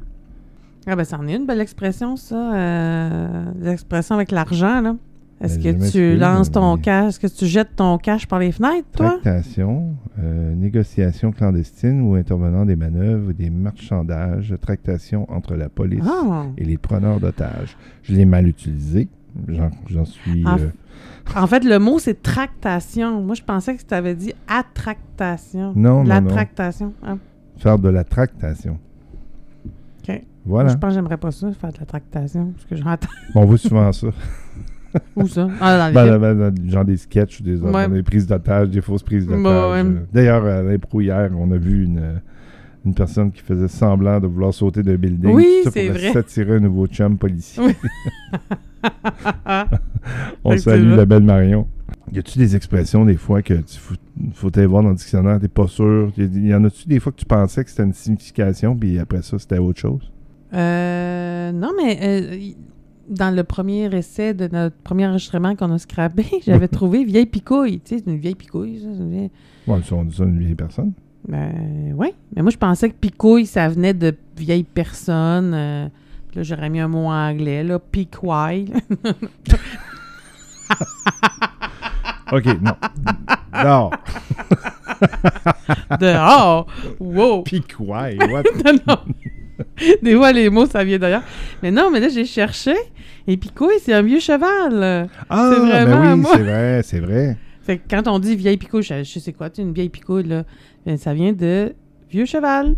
Ah ben, c'en est une belle expression, ça. euh, L'expression avec l'argent, là. Est-ce Ben, que jamais tu su, lances ton mais- cash, est-ce que tu jettes ton cash par les fenêtres, toi? Tractation, euh, négociation clandestine ou intervenant des manœuvres ou des marchandages, tractation entre la police Ah! et les preneurs d'otages. Je l'ai mal utilisé. J'en j'en suis. Ah, euh, En fait, le mot, c'est tractation. Moi, je pensais que tu avais dit attractation. Non, La non, non. tractation. Ah. Faire de la tractation. OK. Voilà. Je pense que j'aimerais pas ça, faire de la tractation, parce que j'entends. On voit souvent ça. Où ça? Ah, dans les Ben, ben, ben, genre des sketchs, des, Ouais. des prises d'otages, des fausses prises Ouais, d'otages. ouais. euh. D'ailleurs, à l'impro hier, on a vu une, une personne qui faisait semblant de vouloir sauter d'un building. Oui, tout ça c'est pour vrai. s'attirer un nouveau chum policier. Oui. films. On salue Effectivement. la belle Marion. Y a-tu des expressions des fois que tu fou- faut aller voir dans le dictionnaire, t'es pas sûr? Y, a- y en a-tu des fois que tu pensais que c'était une signification, puis après ça, c'était autre chose? Euh, non, mais euh, y- dans le premier essai de notre premier enregistrement qu'on a scrappé, j'avais trouvé vieille picouille. Tu sais, c'est une vieille picouille, ça. c'est une vieille- Ouais, si on dit ça à une vieille personne. Ben, oui. Mais moi, je pensais que picouille, ça venait de vieille personne. euh, puis là, j'aurais mis un mot en anglais, là, piquoy. OK, non. non. Dehors! Wow! Piquoy, what? Non, non. Des fois, les mots, ça vient d'ailleurs. Mais non, mais là, j'ai cherché. Et picouille, c'est un vieux cheval. Ah, C'est ben vraiment oui, moi. c'est vrai, c'est vrai. Fait que quand on dit vieille picouille, je, je sais quoi, tu sais, une vieille picouille, là. Ben, ça vient de vieux cheval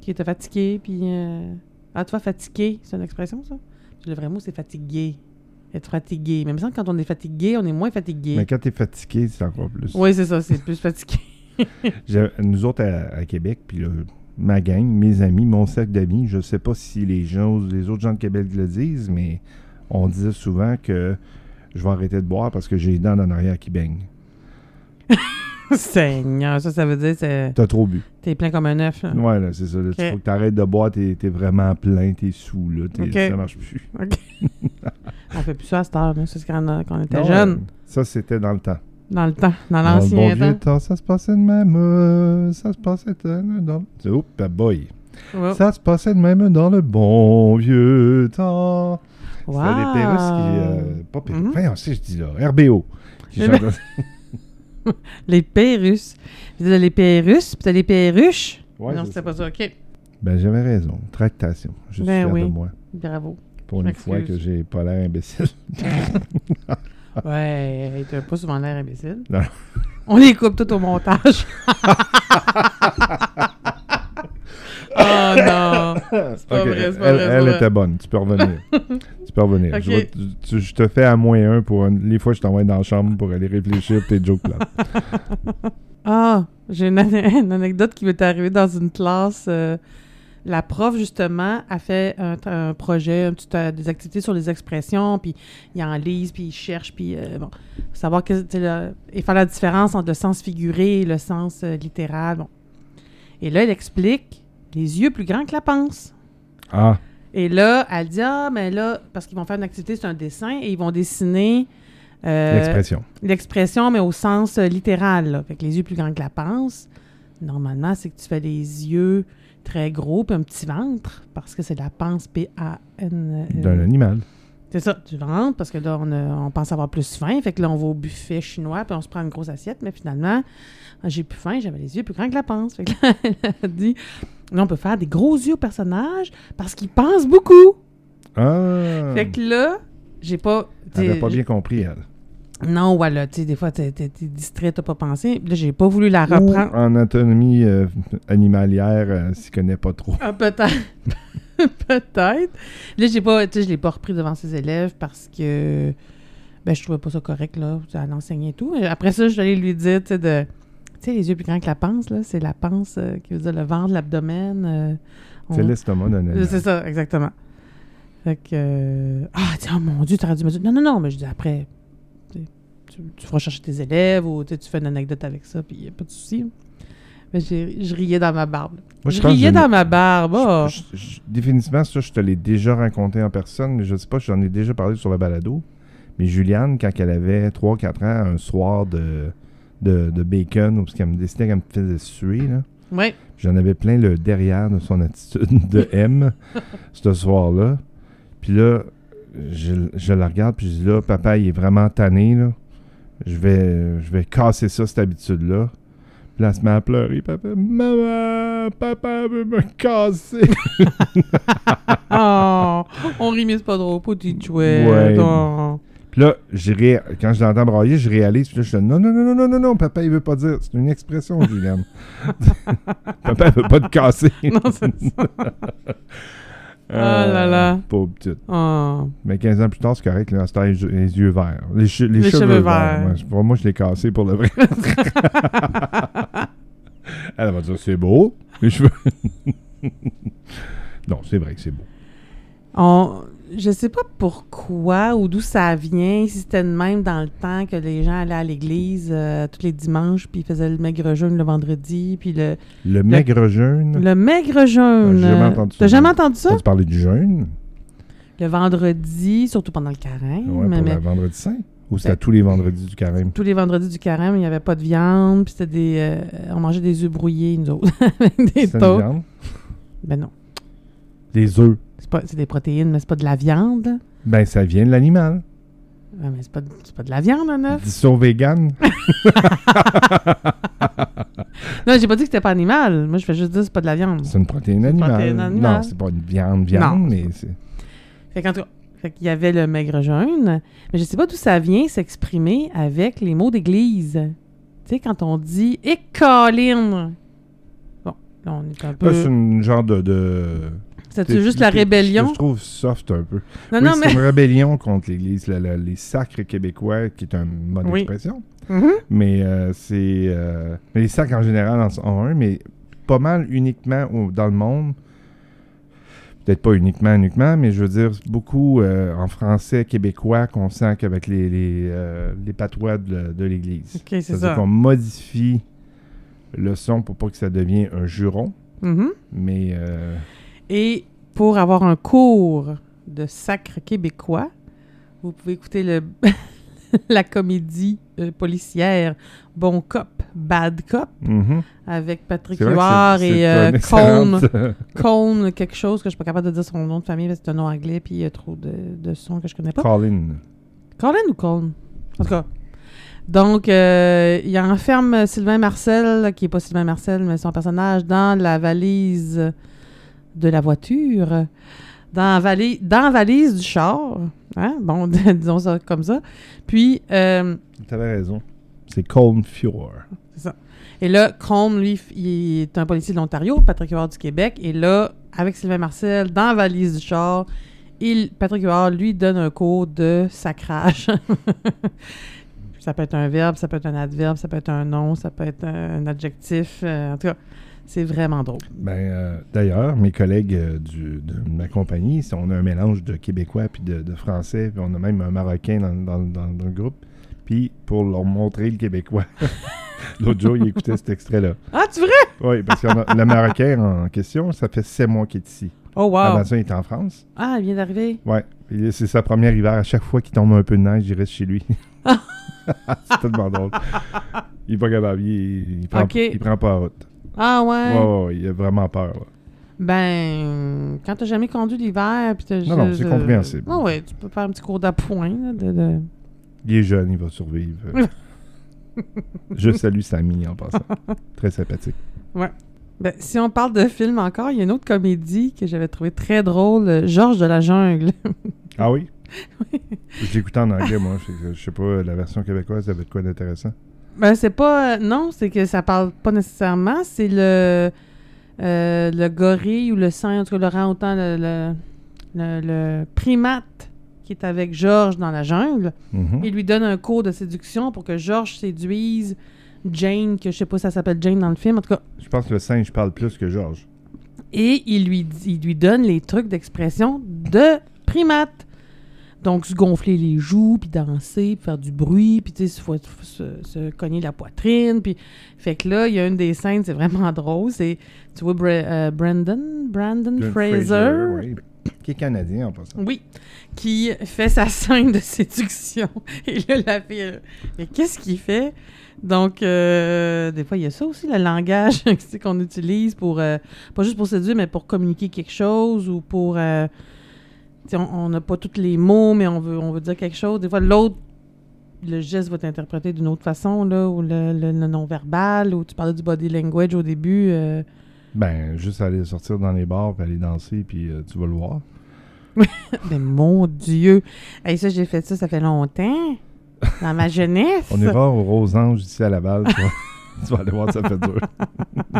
qui était fatigué, puis. euh, Ah, toi, fatigué, c'est une expression, ça? Le vrai mot, c'est fatigué. Être fatigué. Même ça, quand on est fatigué, on est moins fatigué. Mais quand t'es fatigué, c'est encore plus. Oui, c'est ça, c'est plus fatigué. J'ai- Nous autres à, à Québec, puis là, ma gang, mes amis, mon cercle d'amis, je sais pas si les gens, les autres gens de Québec le disent, mais on disait souvent que je vais arrêter de boire parce que j'ai les dents en arrière qui baignent. Oh, Seigneur, ça, ça veut dire que T'as trop bu. t'es plein comme un œuf. là. Ouais, là, c'est ça. Là, Ah. Ok. Tu faut que t'arrêtes de boire, t'es, t'es vraiment plein, t'es saoul, là. t'es- Ok. Ça marche plus. On fait plus ça à cette heure, là. Ça, c'est quand, on- quand on était Non, jeune. euh, Ça, c'était dans le temps. Dans le temps, Dans dans le bon l'ancien vieux temps. temps, ça se passait de même. euh, ça se passait de même. Dans... le- Oups, bah boy. Oh. Ça se passait de même dans le bon vieux temps. Wow. C'était des Pérus qui. euh, pas Pérus. Mhm. Enfin, on sait, je dis là. RBO. Qui Eh ben- chantent- Les Pérus. Vous avez les Pérus, puis t'as les Péruches. Ouais, non, c'est c'était ça. pas ça. OK. Ben, j'avais raison. Tractation. Je suis Ben fier de oui. moi. Bravo. Pour Je une fois que m'excuse. j'ai pas l'air imbécile. Ouais, hey, t'as pas souvent l'air imbécile. Ah. Non. On les coupe tout au montage. oh non. C'est pas Ok, vrai, c'est pas elle, vrai. elle c'est pas était bonne. Tu peux revenir. tu peux revenir. Je, Ok. vais- tu- tu- je te fais à moins un pour une- les fois que je t'envoie dans la chambre pour aller réfléchir à tes jokes là. Ah, j'ai une, ane- une anecdote qui m'est arrivée dans une classe. euh, la prof, justement, a fait un, t- un projet, un petit, euh, des activités sur les expressions, puis il en lise, puis il cherche, puis euh, bon, savoir que, tu sais, le- et faire la différence entre le sens figuré et le sens euh, littéral. Bon. Et là, elle explique les yeux plus grands que la pince. Ah, Et là, elle dit Ah, mais là, parce qu'ils vont faire une activité, c'est un dessin, et ils vont dessiner. euh, l'expression. l'expression, mais au sens euh, littéral. là. Fait que les yeux plus grands que la pince, normalement, c'est que tu fais les yeux très gros puis un petit ventre, parce que c'est la pince P-A-N. euh, D'un animal. C'est ça, du ventre, parce que là, on, a- on pense avoir plus faim. Fait que là, on va au buffet chinois puis on se prend une grosse assiette, mais finalement, ah, j'ai plus faim, j'avais les yeux plus grands que la pince. Fait que là, elle a dit. Là, on peut faire des gros yeux au personnage parce qu'il pense beaucoup. Ah. Fait que là, j'ai pas. Elle n'a pas j'ai- bien compris, elle. non, voilà, tu sais, des fois, t'es, t'es- t'es distrait, t'as pas pensé. Là, j'ai pas voulu la Ou reprendre. en anatomie euh, animalière, euh, s'y connaît pas trop. Ah, peut-être. peut-être. Là, j'ai pas, tu sais, je l'ai pas repris devant ses élèves parce que ben, je trouvais pas ça correct, là, à l'enseigner et tout. Après ça, je suis allée lui dire, tu sais, de Tu sais, les yeux plus grands que la panse, là, c'est la panse euh, qui veut dire le ventre, l'abdomen. euh, on- C'est l'estomac d'un Euh, animal. C'est ça, exactement. Fait que. euh, Ah, tiens, oh mon Dieu, t'aurais dû me dire. Non, non, non, mais je dis après. tu sais, Tu, tu feras chercher tes élèves ou tu sais, tu fais une anecdote avec ça, puis y a pas de souci. Mais j'ai- je riais dans ma barbe. Moi, je pense que riais je dans l'ai- ma barbe. oh. je- je- je- définitivement, ça, je te l'ai déjà raconté en personne, mais je sais pas, j'en ai déjà parlé sur le balado. Mais Juliane, quand elle avait 3-4 ans, un soir de, de, de bacon, ou parce qu'elle me décidait qu'elle me faisait suer, là, Ouais. j'en avais plein le derrière de son attitude de M, ce soir-là. Puis là, je, je la regarde, puis je dis là, papa, il est vraiment tanné, là. Je vais, je vais casser ça, cette habitude-là. Puis là, elle se met à pleurer. Papa, maman, papa veut me casser. Oh, on rit, mais c'est pas drôle, petit chouette. Ouais. oh. Puis là, je ré- quand je l'entends brailler, je réalise. Puis là, je dis non, non, non, non, non, non, non, papa, il veut pas dire. C'est une expression, Juliane. papa, il veut pas te casser. Non, c'est ça. Ah là là. Pauvre petite. Oh. Mais 15 ans plus tard, c'est correct. Là, c'était les, les yeux verts. Les, che- les Les cheveux, cheveux verts. verts. Moi, je- Pour moi, je l'ai cassé pour le vrai. Elle va dire c'est beau, les cheveux. non, c'est vrai que c'est beau. On- je sais pas pourquoi ou d'où ça vient, si c'était de même dans le temps que les gens allaient à l'église euh, tous les dimanches, puis ils faisaient le maigre jeûne le vendredi, puis le, Le, maigre jeûne. le maigre jeûne. J'ai jamais euh, entendu ça. T'as jamais entendu ça? On se parlait du jeûne Le vendredi, surtout pendant le carême. ouais, Mmh, mais- Ben, pour le mais vendredi saint. Ou c'était à tous les vendredis du carême. Tous les vendredis du carême, il n'y avait pas de viande, puis c'était des. euh, on mangeait des œufs brouillés, nous autres, avec des C'était une toasts. viande. Ben non. Des œufs. C'est pas- c'est des protéines, mais c'est pas de la viande. Ben, ça vient de l'animal. Ouais, mais c'est pas, c'est pas de la viande, un œuf. Ils sont vegan. Non, j'ai pas dit que c'était pas animal. Moi, je fais juste dire que c'est pas de la viande. C'est une protéine C'est une animale. protéine animale. Non, c'est pas une viande, viande, Non, c'est mais c'est. Fait qu'en tout cas, fait qu'il y avait le maigre jeune, mais je sais pas d'où ça vient s'exprimer avec les mots d'église. Tu sais, quand on dit « Et Colin! » Bon, là, on est un Là, c'est peu... une genre de. de... C'était juste la rébellion? Je trouve soft un peu. Non, oui, non, c'est mais... une rébellion contre l'Église, la- la- les sacres québécois, qui est un mode Oui. d'expression. Mhm. Mais euh, c'est. euh, mais les sacres en général en sont un, mais pas mal uniquement au- dans le monde. Peut-être pas uniquement, uniquement, mais je veux dire, beaucoup euh, en français québécois qu'on sent qu'avec les, les, euh, les patois de, de l'Église. OK, c'est C'est-à-dire ça. qu'on modifie le son pour pas que ça devienne un juron, Mhm. mais. euh, Et pour avoir un cours de sacre québécois, vous pouvez écouter le la comédie euh, policière Bon Cop, Bad Cop mhm. avec avec Patrick Huard et euh, Cone. Cone, quelque chose que je suis pas capable de dire son nom de famille parce que c'est un nom anglais puis il y a trop de, de sons que je connais pas. Colin. Colin ou Cone? En tout cas. Donc, euh, il enferme Sylvain Marcel, qui est pas Sylvain Marcel, mais son personnage, dans la valise de la voiture, dans la, vali- dans la valise du char. Hein? Bon, disons ça comme ça. Puis, euh, T'avais raison. C'est Colm Fjord. Et là, Chrome, lui, f- il est un policier de l'Ontario, Patrick Huard du Québec. Et là, avec Sylvain Marcel, dans la valise du char, il, Patrick Huard lui donne un cours de sacrage. ça peut être un verbe, ça peut être un adverbe, ça peut être un nom, ça peut être un adjectif. euh, en tout cas, c'est vraiment drôle. Ben, euh, D'ailleurs, mes collègues euh, du- de ma compagnie, c'est- on a un mélange de Québécois puis de, de Français, puis on a même un Marocain dans, dans- dans- dans le groupe. Puis pour leur montrer le Québécois, l'autre jour, ils écoutaient cet extrait-là. Ah, tu vrai? Oui, parce que le Marocain en question, ça fait sept mois qu'il est ici. Oh, wow. Avant ça, il était en France. Ah, il vient d'arriver. Oui, c'est sa première hiver. À chaque fois qu'il tombe un peu de neige, il reste chez lui. c'est tellement drôle. Il est pas capable, il, il prend, Ok. il prend pas la route. Ah, ouais. Ouais, ouais, ouais, il a vraiment peur. là. Ben, quand t'as jamais conduit l'hiver, puis t'as Non, non, juste, c'est euh, compréhensible. ouais, ouais, tu peux faire un petit cours d'appoint. là, de- de... Il est jeune, il va survivre. Je salue Samy en passant. Très sympathique. Ben, si on parle de film encore, il y a une autre comédie que j'avais trouvée très drôle, euh, Georges de la jungle. Ah oui? Je l'écoutais en anglais, moi. fait que Je sais pas, la version québécoise, ça avait de quoi d'intéressant. ben, c'est pas... euh, non, c'est que ça parle pas nécessairement. C'est le... euh, le gorille ou le singe, en tout cas le orang-outan, le, le, le- le primate qui est avec Georges dans la jungle. Mhm. Il lui donne un cours de séduction pour que Georges séduise Jane, que je sais pas si ça s'appelle Jane dans le film, en tout cas. Je pense que le singe parle plus que Georges. Et il lui, dit- il lui donne les trucs d'expression de primate. Donc, se gonfler les joues, puis danser, puis faire du bruit, puis tu sais, se, fou- se- se cogner la poitrine. Puis... Fait que là, il y a une des scènes, c'est vraiment drôle. C'est, tu vois, Bra- euh, Brandon, Brandon John Fraser oui. Qui est canadien en passant. oui, qui fait sa scène de séduction. Et là, la fille, elle, mais qu'est-ce qu'il fait? Donc, euh, des fois, il y a ça aussi, le langage tu sais, qu'on utilise pour, euh, pas juste pour séduire, mais pour communiquer quelque chose ou pour. euh, tu sais, on on n'a pas tous les mots, mais on veut, on veut dire quelque chose. Des fois, l'autre, le geste va être interprété d'une autre façon, là, ou le, le- le non-verbal, ou tu parlais du body language au début. euh, Ben, juste aller sortir dans les bars, puis aller danser, puis euh, tu vas le voir. Mais mon Dieu! Hey, ça, j'ai fait ça, ça fait longtemps. Dans ma jeunesse. On ira au Rosange ici à Laval. Tu vas, tu vas aller voir, ça fait dur.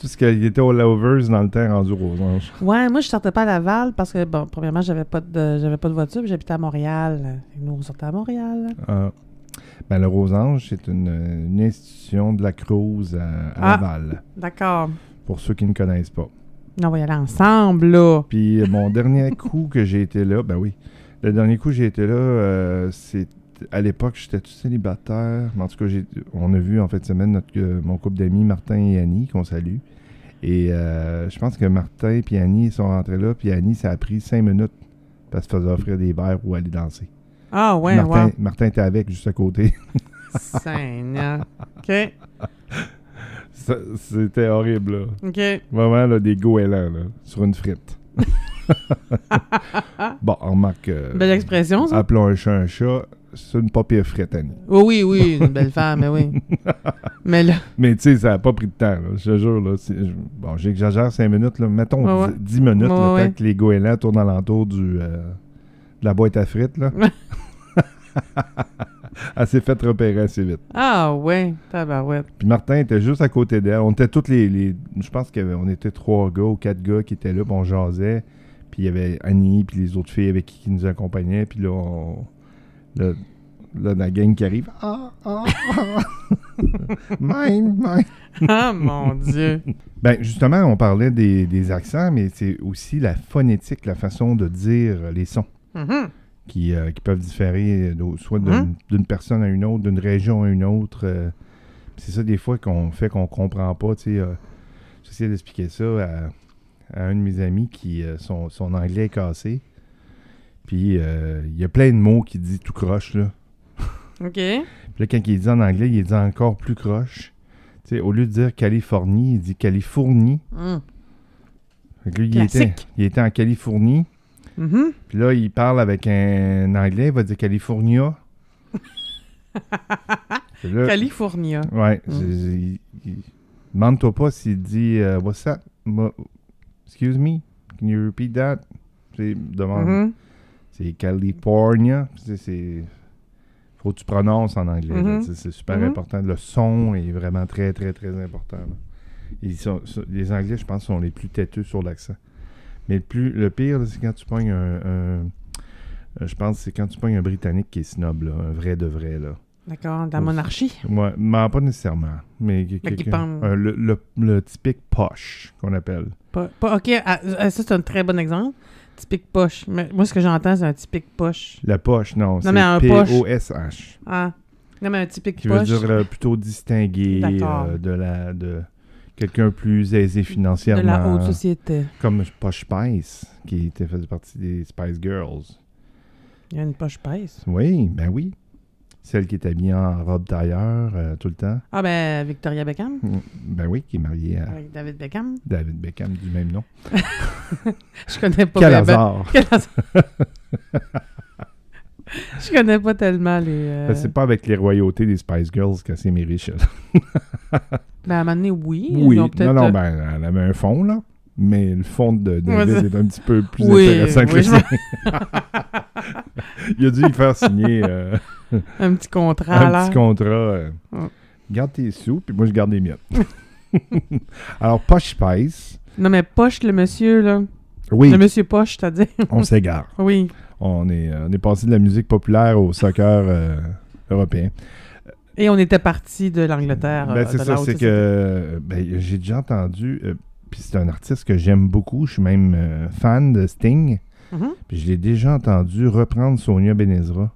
Tout ce qu'il était aux Lovers dans le temps rendu au Rosange. Ouais, moi, je sortais pas à Laval parce que, bon, premièrement, j'avais pas de, j'avais pas de voiture, puis j'habitais à Montréal. Et nous, on sortait à Montréal. Ah. Ben, le Rosange, c'est une, une institution de la Cruz à, à Ah. Laval, D'accord. pour ceux qui ne connaissent pas. Non, on va y aller ensemble, là. Puis euh, mon dernier coup que j'ai été là, ben oui, le dernier coup que j'ai été là, euh, c'est à l'époque, j'étais tout célibataire. Mais en tout cas, j'ai- on a vu en fin de semaine notre, euh, mon couple d'amis, Martin et Annie, qu'on salue. Et euh, je pense que Martin et Annie sont rentrés là, puis Annie, ça a pris cinq minutes parce qu'elle faisait offrir des verres ou aller danser. Ah, ouais, Martin, ouais. Martin était avec, juste à côté. Seigneur. OK, Ça, C'était horrible, là. OK. Vraiment, là, des goélands, là, sur une frite. bon, on remarque... euh, Belle expression, ça. Appelons un chat un chat, c'est une pas pire frette, Annie. Oh, oui, oui, une belle femme, mais oui. Mais là, Mais tu sais, ça n'a pas pris de temps, là, je te jure. Là, c'est- je- bon, j'exagère 5 minutes, là, mettons Ouais, ouais. 10 minutes, le Ouais, temps ouais. que les goélands tournent alentour du, euh, de la boîte à frites. Là. Elle s'est faite repérer assez vite. ah, ouais, tabarouette. Puis Martin était juste à côté d'elle. On était toutes les. les- je pense qu'on était trois gars ou quatre gars qui étaient là, puis on jasait. Puis il y avait Annie, puis les autres filles avec qui, qui nous accompagnaient. Puis là, on- là, là, la gang qui arrive. Ah, ah, ah. mine, mine. Ah, mon Dieu. Ben, justement, on parlait des, des accents, mais c'est aussi la phonétique, la façon de dire les sons Mhm. qui, euh, qui peuvent différer d'au- soit d'une Mhm. d'une personne à une autre, d'une région à une autre. euh. c'est ça des fois qu'on fait qu'on comprend pas. tu sais, euh, J'essayais d'expliquer ça à, à un de mes amis qui euh, son, son anglais est cassé. Puis euh, il y a plein de mots qu'il dit tout croche. Là. OK. Puis là, quand il dit en anglais, il dit encore plus croche. Tu sais, au lieu de dire Californie, il dit Californie. Mhm. Fait que lui, il, Classique. était, il était en Californie. Mhm. Puis là, il parle avec un anglais, il va dire California. Puis là, California. Ouais. Mm. c'est- c'est- il- il- Demande-toi pas s'il dit euh, What's up? Mo- Excuse me? Can you repeat that? C'est demande. Mhm. C'est California. C'est- C'est. Faut que tu prononces en anglais. là. Mhm. C'est- C'est super Mhm. important. Le son est vraiment très, très, très important. là. Ils sont- sont- les Anglais, je pense, sont les plus têteux sur l'accent. Mais le, plus, le pire, là, c'est quand tu pognes un. un- euh, je pense que c'est quand tu pognes un Britannique qui est snob, là, un vrai de vrai. Là. D'accord, dans la Aussi. monarchie. Ouais, mais pas nécessairement. Mais qui quelqu'un- pense- un- le, le- le typique poche qu'on appelle. Pas, pas- OK, ah, ah, ça, c'est un très bon exemple. Typique poche. Mais moi, ce que j'entends, c'est un typique poche. La poche, non. c'est mais un poche. P-O-S-H. Ah. Non, mais un typique qui poche. veut dire euh, plutôt distingué D'accord. euh, de la de quelqu'un plus aisé de la financièrement haute société. comme Posh Spice qui était faisait partie des Spice Girls Il y a une poche pèse. oui ben oui celle qui est habillée en robe tailleur euh, tout le temps Ah, ben, Victoria Beckham. Mm, ben oui qui est mariée à Avec David Beckham. David Beckham du même nom Je connais pas. quel ben- ben- hasard Quel hasard. Je connais pas tellement les. euh, Ben, c'est pas avec les royautés des Spice Girls qu'elle s'est mis riche elle. Ben, à un moment donné, oui. oui Ils ont peut-être, non non euh, ben elle avait un fond là mais le fond de David Ouais, est un petit peu plus Oui, intéressant que oui, le je- sien. Il a dû y faire signer euh, Un petit contrat, un Ah là. petit contrat. euh, Mm. Garde tes sous, puis moi, je garde les miettes. Alors, Poche Spice, Non, mais poche, le monsieur, là. oui, Le monsieur poche, c'est-à-dire. on s'égare. Oui. On est, euh, on est passé de la musique populaire au soccer euh, européen. Et on était parti de l'Angleterre. Ben, euh, c'est de ça, là où c'est que ben, j'ai déjà entendu, euh, puis c'est un artiste que j'aime beaucoup, je suis même euh, fan de Sting, Mhm. puis je l'ai déjà entendu reprendre Sonia Benezra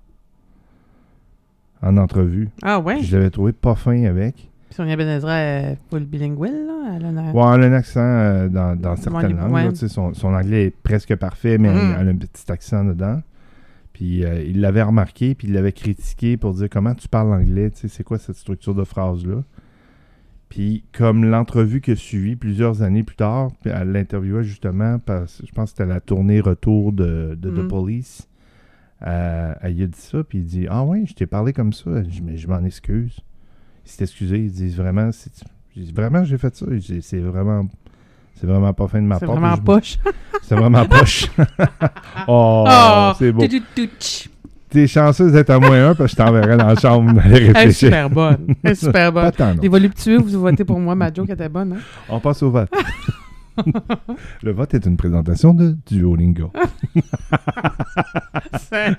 en entrevue. Ah ouais? Je l'avais trouvé pas fin avec. Puis Sonia Benezra est full bilingue, là. Elle a une- Ouais, elle a un accent euh, dans, dans certaines Ouais, langues. ouais. là, tu sais, son, son anglais est presque parfait, mais Mhm. elle a un petit accent dedans. Puis euh, il l'avait remarqué, puis il l'avait critiqué pour dire comment tu parles anglais, tu sais, c'est quoi cette structure de phrase-là. Puis comme l'entrevue que suivie plusieurs années plus tard, puis elle l'interviewait justement, parce, je pense que c'était la tournée retour de, de Mhm. The Police. Euh, elle lui a dit ça, puis il dit Ah ouais, je t'ai parlé comme ça. Elle dit, mais je m'en excuse. Il s'est excusé, il dit Vraiment, c'est- j'ai dit, vraiment, j'ai fait ça. J'ai dit, C'est vraiment. C'est vraiment pas fin de ma C'est part. vraiment Je- poche. C'est vraiment poche. oh, Ah! c'est beau. Tu, tu, tu, tch. T'es chanceuse d'être à moins un parce que je t'enverrai dans la chambre d'aller Elle est réfléchir. super bonne. Elle est super bonne. Pas tant, non. Les voluptueux, vous votez pour moi, ma joke était bonne. Hein? On passe au vote. Le vote est une présentation de Duolingo. C'est-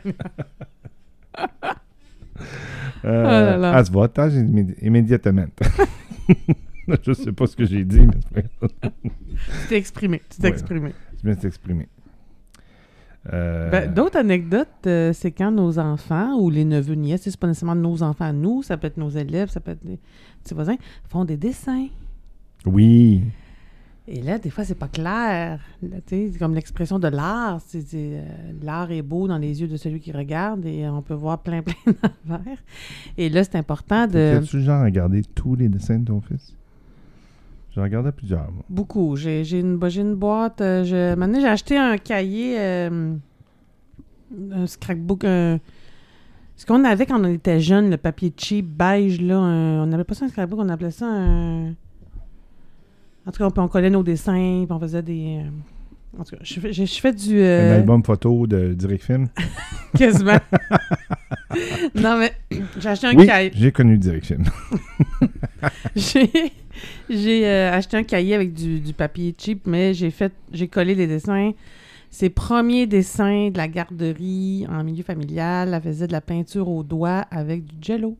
Euh, là là. À ce votage immédi- hein, immédiatement. je sais pas ce que j'ai dit, mais c'est pas grave. tu t'es exprimé. Tu t'es Ouais. exprimé. je viens de s'exprimer. Euh, Ben, D'autres anecdotes, euh, c'est quand nos enfants ou les neveux nièces, c'est pas nécessairement nos enfants à nous, ça peut être nos élèves, ça peut être des petits voisins, font des dessins. oui. Et là, des fois, c'est pas clair. Là, tu sais, C'est comme l'expression de l'art. c'est- c'est, euh, L'art est beau dans les yeux de celui qui regarde et on peut voir plein, plein d'envers. Et là, c'est important de. T'as-tu genre regardé tous les dessins de ton fils? J'en regardais plusieurs, moi. Beaucoup. J'ai j'ai une, bo- j'ai une boîte. euh, je, maintenant, j'ai acheté un cahier, euh, un scrapbook. un- ce qu'on avait quand on était jeune, le papier cheap, beige, là, un- on n'appelait pas ça un scrapbook, on appelait ça un. En tout cas, on, puis on collait nos dessins, puis on faisait des. euh, en tout cas, je, fais- je, je fais du. euh, Un album photo de Direct Film. quasiment. non, mais j'ai acheté un Oui, cahier. j'ai connu Direct Film. J'ai j'ai, euh, acheté un cahier avec du, du papier cheap, mais j'ai fait j'ai collé les dessins. Ses premiers dessins de la garderie en milieu familial, elle faisait de la peinture au doigt avec du jello.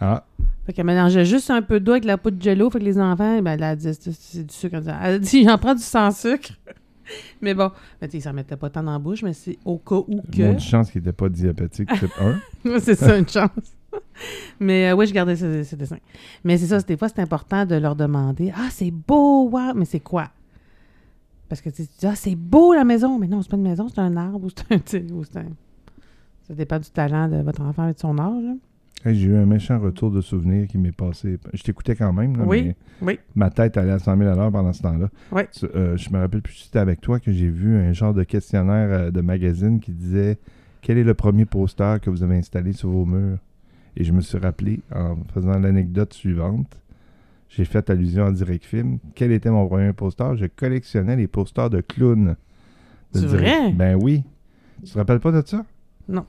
Ah, Fait qu'elle mélangeait juste un peu d'eau avec la peau de jello. Fait que les enfants, ben, elle a dit c'est c'est du sucre. Elle a dit j'en prends du sans sucre. mais bon, ben, tu sais, ça mettait pas tant dans la bouche, mais c'est au cas où que. mon chance qu'il n'était pas diabétique type 1. c'est ça, une chance. Mais euh, oui, je gardais ces, ces dessins. Mais c'est ça, c'est- des fois, c'est important de leur demander Ah, c'est beau, waouh, mais c'est quoi Parce que tu sais, tu dis Ah, c'est beau la maison. Mais non, c'est pas une maison, c'est un arbre ou c'est un tigre ou c'est un. Ça dépend du talent de votre enfant et de son âge. hein. là. Hey, j'ai eu un méchant retour de souvenir qui m'est passé. Je t'écoutais quand même. là, Oui, mais oui. Ma tête allait à 100 000 à l'heure pendant ce temps-là. Oui. Tu- euh, je me rappelle plus si c'était avec toi que j'ai vu un genre de questionnaire euh, de magazine qui disait Quel est le premier poster que vous avez installé sur vos murs Et je me suis rappelé en faisant l'anecdote suivante. J'ai fait allusion à Direct Film. Quel était mon premier poster Je collectionnais les posters de clowns. de C'est Direct- vrai? Ben oui. Tu te rappelles pas de ça Non.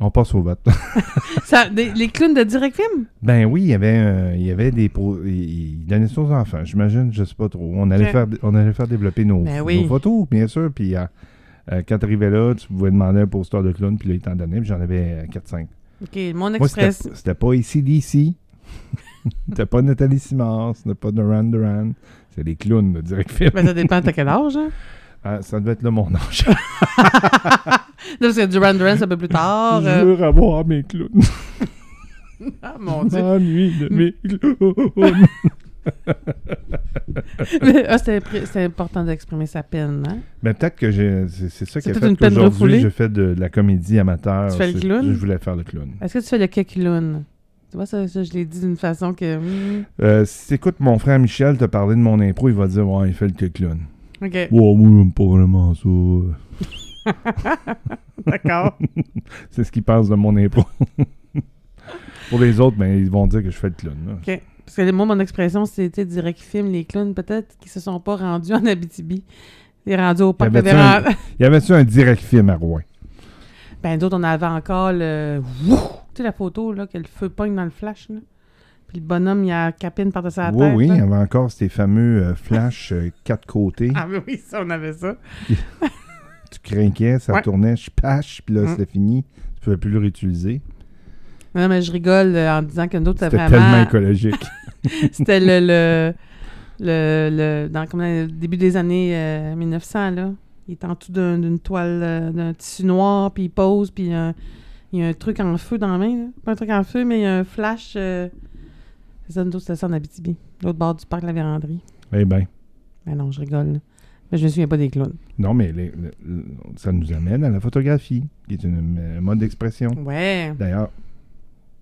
On passe au vote. Ça, des- les clowns de direct film Ben oui, il y avait, euh, il y avait des pro... il il donnait ça aux enfants. J'imagine, je sais pas trop. On allait Ok. faire, on allait faire développer nos, Ben oui. nos photos, bien sûr. Puis euh, euh, quand t'arrivais là, tu pouvais demander un poster de clown, puis là, il t'en donnait. Puis j'en avais euh, 4-5. Ok, mon Moi, c'était express. c'était pas ici d'ici. c'était pas Nathalie Simard, c'était pas Duran Duran. C'est les clowns de direct film. Ben, ça dépend de quel âge. Hein? Ah, ça devait être là mon âge. Là, parce que Duran Duran, c'est un peu plus tard. Je euh. veux avoir mes clowns. Ah, mon Dieu. M'ennuie de mes clowns. ah, c'était pré- c'était important d'exprimer sa peine. Hein? Ben, peut-être que j'ai- c'est c'est ça qui C'est a toute fait une peine qu'aujourd'hui, refoulée. je fais de, de la comédie amateur. Tu fais le C'est- clown? Euh. Je voulais faire le clown. Est-ce que tu fais le kekiloun? Tu vois, ça, ça, je l'ai dit d'une façon que. hmm, Euh, si t'écoutes mon frère Michel te parler de mon impro, il va dire « Ouais, il fait le clown. OK. » Ouais, moi, j'aime pas vraiment ça. D'accord. C'est ce qu'il pense de mon impro. Pour les autres, ben, ils vont dire que je fais le clown. là. OK. Parce que moi, mon expression, c'était direct film, les clowns, peut-être qu'ils se sont pas rendus en Abitibi. Ils sont rendus au parc Y avait-tu fédéral. Il y avait-tu un direct film à Rouen? Ben, d'autres, on avait encore le. Wouh! Tu sais, la photo, là, que le feu pogne dans le flash, là. Puis le bonhomme, il a capine par-dessus la Oui, tête. oui, il y là. avait encore ces fameux euh, flash euh, quatre côtés. Ah, mais oui, ça, on avait ça. Tu craquais, ça Ouais. tournait, je pache, puis là, Mm. c'était fini. Tu pouvais plus le réutiliser. Non, non, mais je rigole euh, en disant que nous autres, c'est C'était tellement vraiment. écologique. C'était le. le, le, le- dans comme dans le début des années euh, 1900, là. Il est en dessous d'un- d'une toile, euh, d'un tissu noir, puis il pose, puis il y a un- il y a un truc en feu dans la main. là. Pas un truc en feu, mais il y a un flash. euh, C'est ça, nous autres, c'était ça en Abitibi, l'autre bord du parc de la Véranderie. eh bien, Mais non, je rigole. là. Mais je me souviens pas des clowns. non, mais les- le- le- ça nous amène à la photographie, qui est une- un mode d'expression. Ouais. D'ailleurs,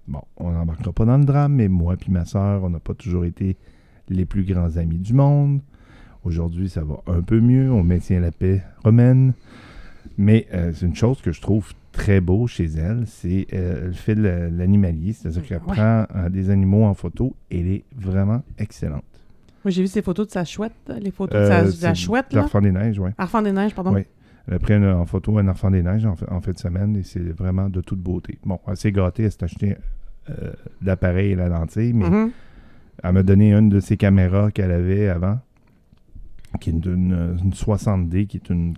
bon, on n'embarquera pas dans le drame, mais moi puis ma sœur, on n'a pas toujours été les plus grands amis du monde. Aujourd'hui, ça va un peu mieux, on maintient la paix romaine. Mais euh, c'est une chose que je trouve très beau chez elle, c'est euh, elle fait de l'animalier, c'est-à-dire qu'elle Ouais. prend euh, des animaux en photo, elle est vraiment excellente. Moi, j'ai vu ces photos de sa chouette, les photos de sa, Euh, de sa c'est chouette, là. L'enfant des neiges, oui. Enfant des neiges, pardon. Ouais. Elle a pris un- en photo un enfant des neiges en, fait- en fin de semaine et c'est vraiment de toute beauté. Bon, elle s'est gâtée, elle s'est acheté euh, l'appareil et la lentille, mais Mhm. elle m'a donné une de ses caméras qu'elle avait avant, qui est une, une 60D, qui est une,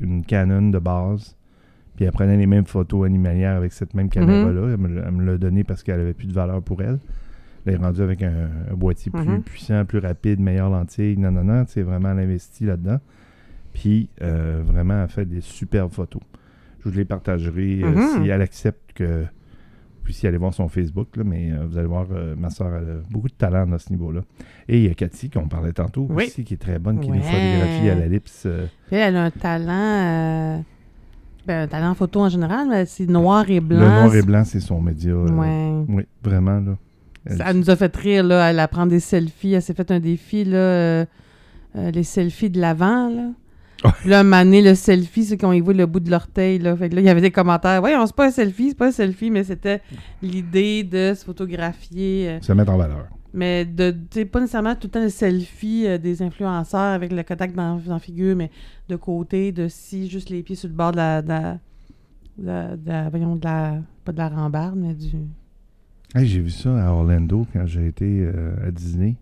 une Canon de base. Puis elle prenait les mêmes photos animalières avec cette Mhm. même caméra-là. Elle me- Elle me l'a donnée parce qu'elle avait plus de valeur pour elle. Elle est rendue avec un, un boîtier plus Mhm. puissant, plus rapide, meilleure lentille. Non, non, non, c'est vraiment l'investi là-dedans. Puis euh, vraiment, elle fait des superbes photos. Je vous les partagerai euh, Mhm. si elle accepte que puis si allez voir son Facebook, là, mais euh, vous allez voir, euh, ma soeur, elle a beaucoup de talent à ce niveau-là. Et il y a Cathy, qu'on parlait tantôt Oui. aussi, qui est très bonne, qui Ouais. nous photographie à l'ellipse. euh, Puis elle, elle a un talent, euh, ben, un talent photo en général, mais c'est noir et blanc. le noir et blanc, c'est son média. euh, Ouais. Oui, vraiment, là. Elle- Ça nous a fait rire, là. Elle a pris des selfies. Elle s'est fait un défi, là. euh, euh, les selfies de l'avant, là. Ouais. Puis là, mané le selfie, ceux qui ont y voit le bout de l'orteil, là. Fait que là, il y avait des commentaires. Voyons, c'est pas un selfie, c'est pas un selfie, mais c'était l'idée de se photographier. euh, Se mettre en valeur. Mais de, tu sais, pas nécessairement tout le temps le selfie euh, des influenceurs avec le Kodak dans, dans la figure, mais de côté, de si, juste les pieds sur le bord de la. De la, de la- de la- voyons, de la. Pas de la rambarde, mais du. Hey, j'ai vu ça à Orlando quand j'ai été euh, à Disney.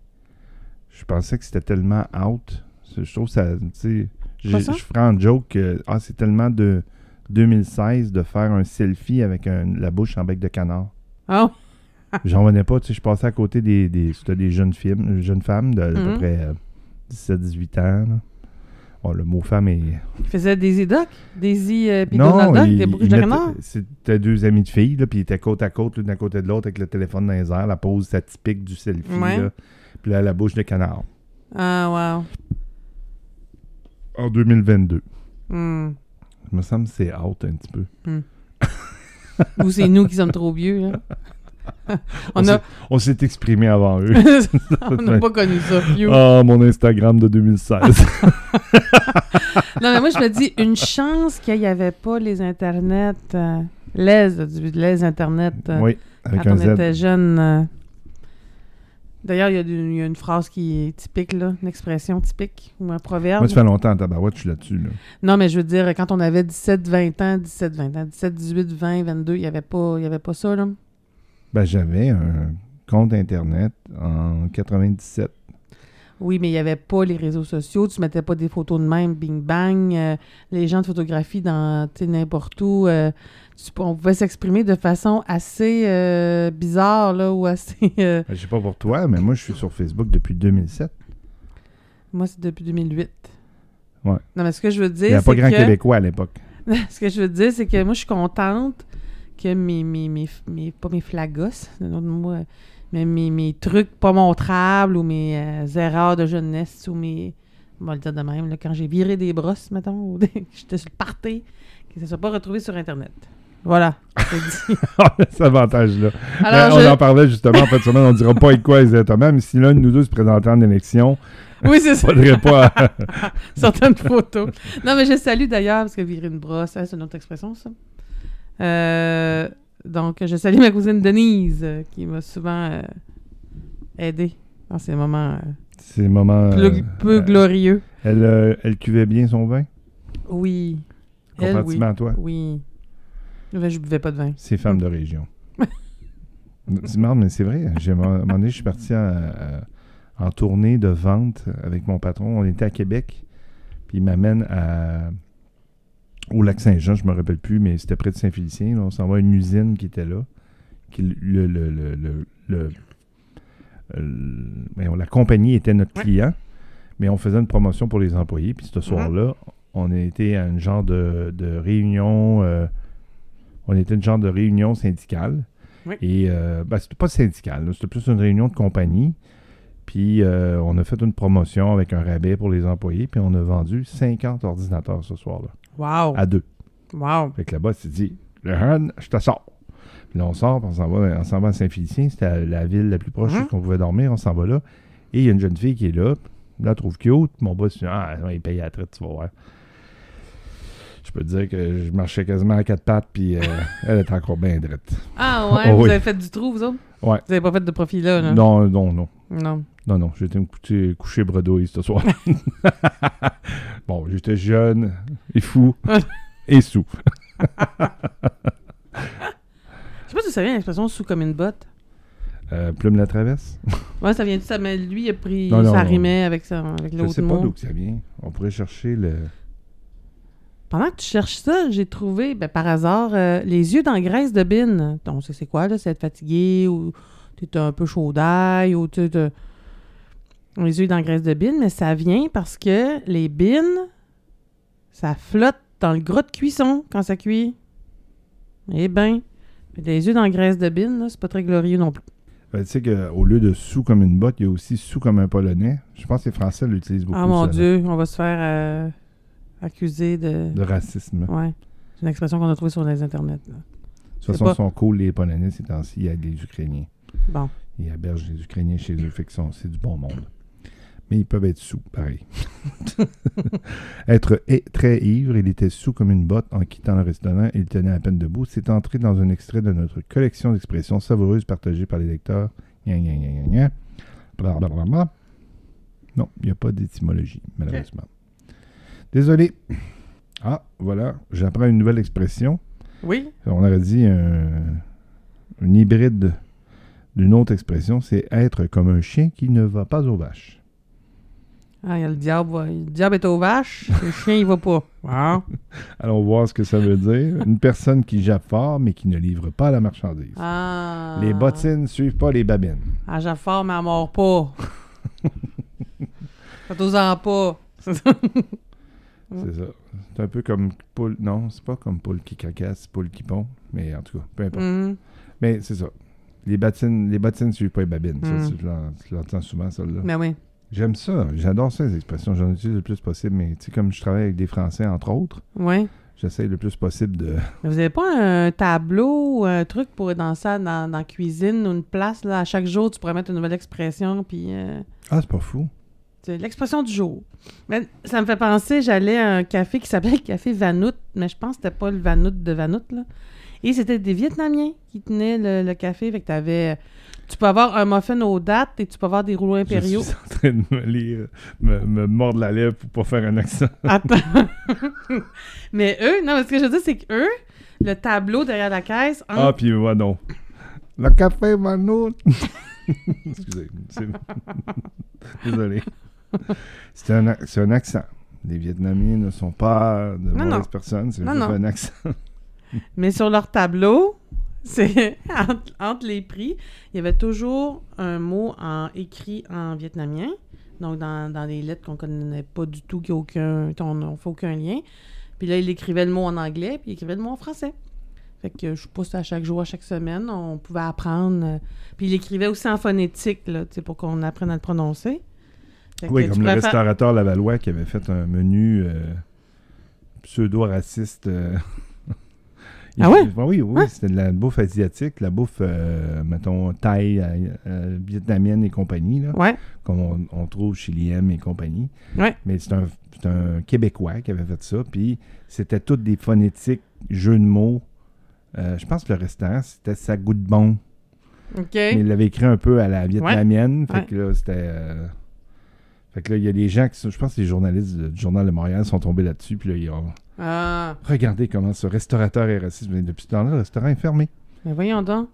Je pensais que c'était tellement out. C'est- Je trouve ça. Tu sais, j'ai- Quoi ça? je ferais en joke que ah, c'est tellement de 2016 de faire un selfie avec un- la bouche en bec de canard. Oh! J'en venais pas, tu sais, je passais à côté des, des, c'était des jeunes filles, euh, jeunes femmes de, d'à peu Mhm. près 17-18 ans. là. Bon, le mot femme est. Il faisait Daisy Duck, Daisy euh, puis Donald Duck, il- des il bruges de mettait- renard. c'était deux amis de filles, là, puis ils étaient côte à côte, l'une à côté de l'autre, avec le téléphone dans les airs, la pose ça typique du selfie, Ouais. là. puis là, la bouche de canard. Ah, En 2022. wow. Hmm. Il me semble que c'est out un petit peu. Ou c'est nous qui sommes trop vieux, là. On on a- On s'est exprimé avant eux. on n'a pas connu ça. You. Ah, Ah, mon Instagram de 2016. Non, mais moi, je me dis, une chance qu'il n'y avait pas les internets, euh, les, du- les internets euh, oui, avec quand un on Z. était jeune. euh. D'ailleurs, il y, a du- il y a une phrase qui est typique, là, une expression typique ou un proverbe. Moi, ça fait longtemps, tabarouette, je suis là-dessus. là. Non, mais je veux dire, quand on avait 17, 20 ans, 17, 20 ans, 17, 18, 20, 22, il n'y avait, pas- il y avait pas ça, là. Ben, j'avais un compte Internet en 97. Oui, mais il n'y avait pas les réseaux sociaux, tu mettais pas des photos de même, bing bang, euh, les gens te photographient dans tu sais, n'importe où. euh, tu- on pouvait s'exprimer de façon assez euh, bizarre, là, ou assez. euh, Ben, je sais pas pour toi, mais moi, je suis sur Facebook depuis 2007. moi, c'est depuis 2008. Ouais. Non, mais ce que je veux Il n'y dire, a pas c'est grand que. Québécois à l'époque. ce que je veux dire, c'est que moi, je suis contente que mes, mes, mes, mes- pas mes flagos, c'est un autre mot, euh, mais mes, mes trucs pas montrables ou mes euh, erreurs de jeunesse ou mes. On va le dire de même, là, quand j'ai viré des brosses, mettons, ou des- que j'étais sur le party, que ça ne soit pas retrouvé sur Internet. Voilà. c'est dit. Oh, Cet avantage-là. Alors, Ben, je- On en parlait justement en fin de semaine. On ne dira pas et quoi exactement, mais si l'un de nous deux se présentait en élection, Oui, c'est ça. il ne faudrait pas. certaines photos. Non, mais je salue d'ailleurs, parce que virer une brosse, hein, c'est une autre expression, ça. Euh, donc, je salue ma cousine Denise, euh, qui m'a souvent euh, aidée dans ces moments euh, C'est le moment. peu, euh, peu euh, glorieux. elle, euh, elle cuvait bien son vin, Oui. Elle, oui. comparativement à toi. Oui. Ben, je buvais pas de vin. C'est femme de région. c'est marrant, mais c'est vrai. J'ai, à un moment donné, je suis parti à- à- en tournée de vente avec mon patron. On était à Québec. Puis il m'amène à, au lac Saint-Jean, je me rappelle plus, mais c'était près de Saint-Félicien. là. on s'en va à une usine qui était là, qui le, le- le- le- le- euh, voyons, la compagnie était notre Ouais. client, mais on faisait une promotion pour les employés. Puis ce soir-là, on était à une genre de, de réunion. euh, on était une genre de réunion syndicale. Oui. Et euh, ben, c'était pas syndical, là, c'était plus une réunion de compagnie. Puis euh, on a fait une promotion avec un rabais pour les employés, puis on a vendu 50 ordinateurs ce soir-là, Wow. à deux. Wow. Fait que là-bas, tu te dis, le Han, je te sors. Puis là, on sort, puis on s'en va, on s'en va à Saint-Félicien, c'était la- la ville la plus proche Mhm. où on pouvait dormir, on s'en va là. Et il y a une jeune fille qui est là, puis là, elle trouve cute. Mon boss, il dit, ah, ouais, il paye à la traite, tu vas voir. Je peux te dire que je marchais quasiment à quatre pattes, puis euh, elle est encore bien drette. Ah ouais, Oh, vous oui. avez fait du trou, vous autres? Ouais. Vous avez pas fait de profit là, là? Non, non, non. Non. Non, non, j'étais me coucher, coucher bredouille ce soir. bon, j'étais jeune et fou et sous. Je sais pas si vous savez l'expression sous comme une botte. Euh, plume la traverse. Ouais, ça vient de ça, mais lui, il a pris. Non, non, ça non. rimait avec, ça, avec Je ne l'autre sais pas mot. d'où que ça vient. On pourrait chercher le... Pendant que tu cherches ça, j'ai trouvé, ben, par hasard, euh, les yeux dans la graisse de bine. Donc, c'est c'est quoi, là? C'est être fatigué ou t'es un peu chaud d'ail ou tu te- Les yeux dans la graisse de bine, mais ça vient parce que les bines, ça flotte dans le gras de cuisson quand ça cuit. Eh ben, les yeux dans la graisse de bine, là, c'est pas très glorieux non plus. Ben, tu sais qu'au lieu de sous comme une botte, il y a aussi sous comme un polonais. Je pense que les Français l'utilisent beaucoup. ah mon ça, Dieu, on va se faire euh, accuser de... là, De racisme. Ouais. C'est une expression qu'on a trouvée sur les internets. là. De toute façon, pas- ils sont cool, les Polonais, ces temps-ci. Il y a des Ukrainiens. Bon. Ils hébergent les Ukrainiens chez eux. Fait que sont- c'est du bon monde. Mais ils peuvent être sous, pareil. être é- très ivre, il était sous comme une botte en quittant le restaurant. Il tenait à peine debout. C'est entré dans un extrait de notre collection d'expressions savoureuses partagées par les lecteurs. Gna, gna, gna, gna, gna. Blablabla. Non, il n'y a pas d'étymologie, malheureusement. Désolé. Ah, voilà, j'apprends une nouvelle expression. Oui? On aurait dit un, un hybride d'une autre expression, c'est être comme un chien qui ne va pas aux vaches. Ah, il y a le diable, va- le diable est aux vaches, le chien, il va pas. Wow. Allons voir ce que ça veut dire. Une personne qui jappe fort, mais qui ne livre pas la marchandise. Ah. Les bottines suivent pas les babines. Ah, j'affare, mais elle mord pas. Faites-en pas. Mm. C'est ça. C'est un peu comme poule. Non, c'est pas comme poule qui cacasse, poule qui pond. Mais en tout cas, peu importe. Mhm. Mais c'est ça. Les bottines, les bottines suivent pas les babines. Ça, Mm. tu l'en- tu l'entends souvent, celle-là. Mais Ben oui. J'aime ça. J'adore ça, les expressions. J'en utilise le plus possible. Mais tu sais, comme je travaille avec des Français, entre autres, Oui. J'essaie le plus possible de. Mais vous avez pas un tableau ou un truc pour danser dans, dans la cuisine ou une place, là? À chaque jour, tu pourrais mettre une nouvelle expression, puis. euh, Ah, c'est pas fou. C'est l'expression du jour. Mais ça me fait penser, j'allais à un café qui s'appelait le Café Vanout, mais je pense que c'était pas le Vanout de Vanout, là. Et c'était des Vietnamiens qui tenaient le, le café. Fait que t'avais- Tu peux avoir un muffin aux dates et tu peux avoir des rouleaux impériaux. Je suis en train de me lire, me, me mordre la lèvre pour pas faire un accent. Attends. mais eux, non, mais ce que je veux dire, c'est qu'eux, le tableau derrière la caisse, entre- Ah, puis moi non. Le café Mano. Excusez. c'est- Désolé. C'est un, ac- c'est un accent. Les Vietnamiens ne sont pas de Non, mauvaises non. personnes, c'est Non, juste non. un accent. mais sur leur tableau, c'est entre, entre les prix, il y avait toujours un mot en écrit en vietnamien, donc dans, dans des lettres qu'on connaît pas du tout, qui a aucun, on ne fait aucun lien. Puis là, il écrivait le mot en anglais, puis il écrivait le mot en français. Fait que je pousse à chaque jour, à chaque semaine, on pouvait apprendre. euh, Puis il écrivait aussi en phonétique, là, tu sais, pour qu'on apprenne à le prononcer. Fait que Oui, tu comme le pouvais faire- restaurateur Lavalois qui avait fait un menu euh, pseudo-raciste. euh, il- Ah ouais? Ah oui, oui, Hein? c'était de la bouffe asiatique, la bouffe, euh, mettons, thaï, euh, euh, vietnamienne et compagnie, là, Ouais. comme on, on trouve chez l'IM et compagnie. Ouais. Mais c'est un, c'est un Québécois qui avait fait ça, puis c'était toutes des phonétiques, jeux de mots. Euh, je pense que le restaurant, c'était sa goutte bon. OK. Mais il l'avait écrit un peu à la vietnamienne. Fait Ouais. que là, c'était. euh, Fait que là, il y a des gens qui sont. Je pense que les journalistes du Journal de Montréal sont tombés là-dessus. Puis là, ils ont. Ah. Regardez comment ce restaurateur est raciste. Mais depuis ce temps-là, le restaurant est fermé. Mais voyons donc.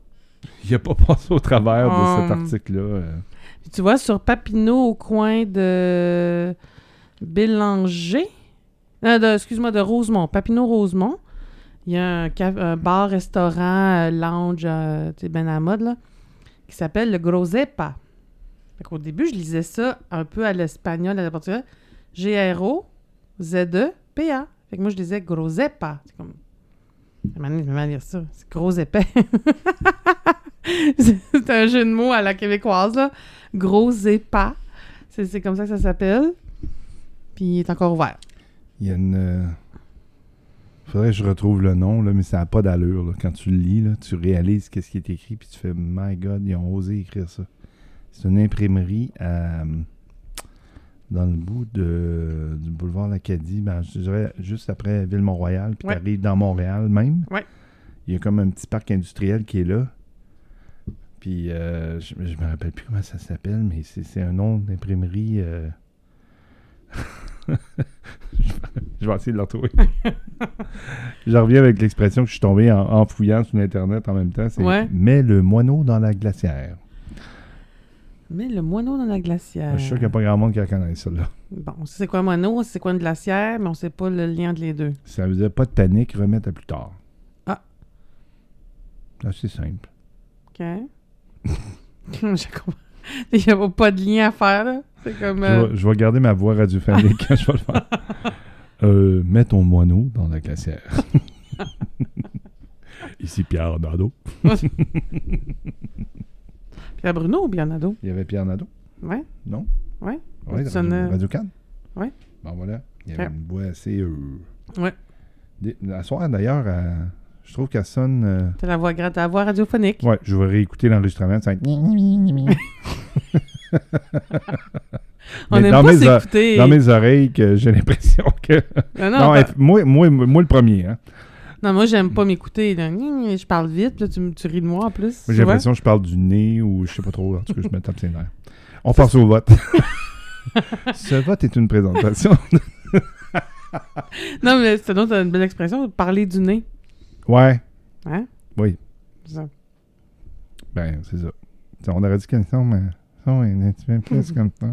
Il n'a pas passé au travers de cet Hum. article-là. euh. Puis tu vois, sur Papineau, au coin de Bélanger, euh, de- excuse-moi, de Rosemont, Papineau-Rosemont, Il y a un, ca- un bar, restaurant, euh, lounge, euh, tu sais, ben à la mode, là, qui s'appelle le Grosepa. Au début, je lisais ça un peu à l'espagnol, à la portugaise. G-R-O-Z-E-P-A. E Fait que moi, je disais Grosepa. C'est comme. Je vais mal lire ça. C'est gros épais. c'est un jeu de mots à la québécoise, là. Gros épais. C'est c'est comme ça que ça s'appelle. Puis il est encore ouvert. Il y a une. euh, Faudrait que je retrouve le nom, là, mais ça n'a pas d'allure. là. Quand tu le lis, là, tu réalises qu'est-ce qui est écrit, puis tu fais My God, ils ont osé écrire ça. C'est une imprimerie à, euh, dans le bout de, du boulevard L'Acadie, ben, je dirais juste après Ville-Mont-Royal, puis Ouais. tu arrives dans Montréal même. Ouais. Il y a comme un petit parc industriel qui est là. Puis euh, je, je me rappelle plus comment ça s'appelle, mais c'est c'est un nom d'imprimerie. euh, Je vais essayer de le retrouver. je reviens avec l'expression que je suis tombé en, en fouillant sur Internet en même temps. C'est Ouais. Mets le moineau dans la glacière. Mais le moineau dans la glacière. Je suis sûr qu'il n'y a pas grand monde qui reconnaît ça. Là. Bon, on sait c'est quoi un moineau, on sait c'est quoi une glacière, mais on sait pas le lien entre les deux. Ça veut dire pas de panique, remettre à plus tard. Ah. Là, c'est simple. OK? je comprends. Il n'y a pas de lien à faire, là. C'est comme. Je euh, vais- Je vais garder ma voix radiophonique quand je vais le faire. Euh, mets ton moineau dans la glacière. Ici Pierre Nadeau. Puis à Bruno ou bien à d'autres? Il y avait Pierre Nadeau. Ouais. Non? Ouais. Oui, Ça ne- Radio Cannes? Ouais. Bon, voilà. Il y avait Ok. une voix assez. euh, Ouais. dé- La soirée, d'ailleurs, elle- je trouve qu'elle sonne. euh, T'as la voix gratte, t'as la voix radiophonique. Ouais, je vais réécouter l'enregistrement. Ça va être- On Mais aime dans pas mes oe- s'écouter. Dans mes oreilles, que j'ai l'impression que. Ah non, Non, bah- elle- moi, moi, moi, le premier. Hein. non, moi, j'aime pas m'écouter. là. Gn, gn, Je parle vite, là, tu, me- tu ris de moi en plus. Moi, J'ai tu vois. l'impression que je parle du nez ou je sais pas trop. En tout cas, je me tape ses nerfs. On passe au vote. Ce vote est une présentation. Non, mais c'est donc une belle expression, parler du nez. Ouais. Hein? Oui. C'est ça. Ben, c'est ça. T'sais, on aurait dit qu'une son, mais son est un petit peu plus comme ça.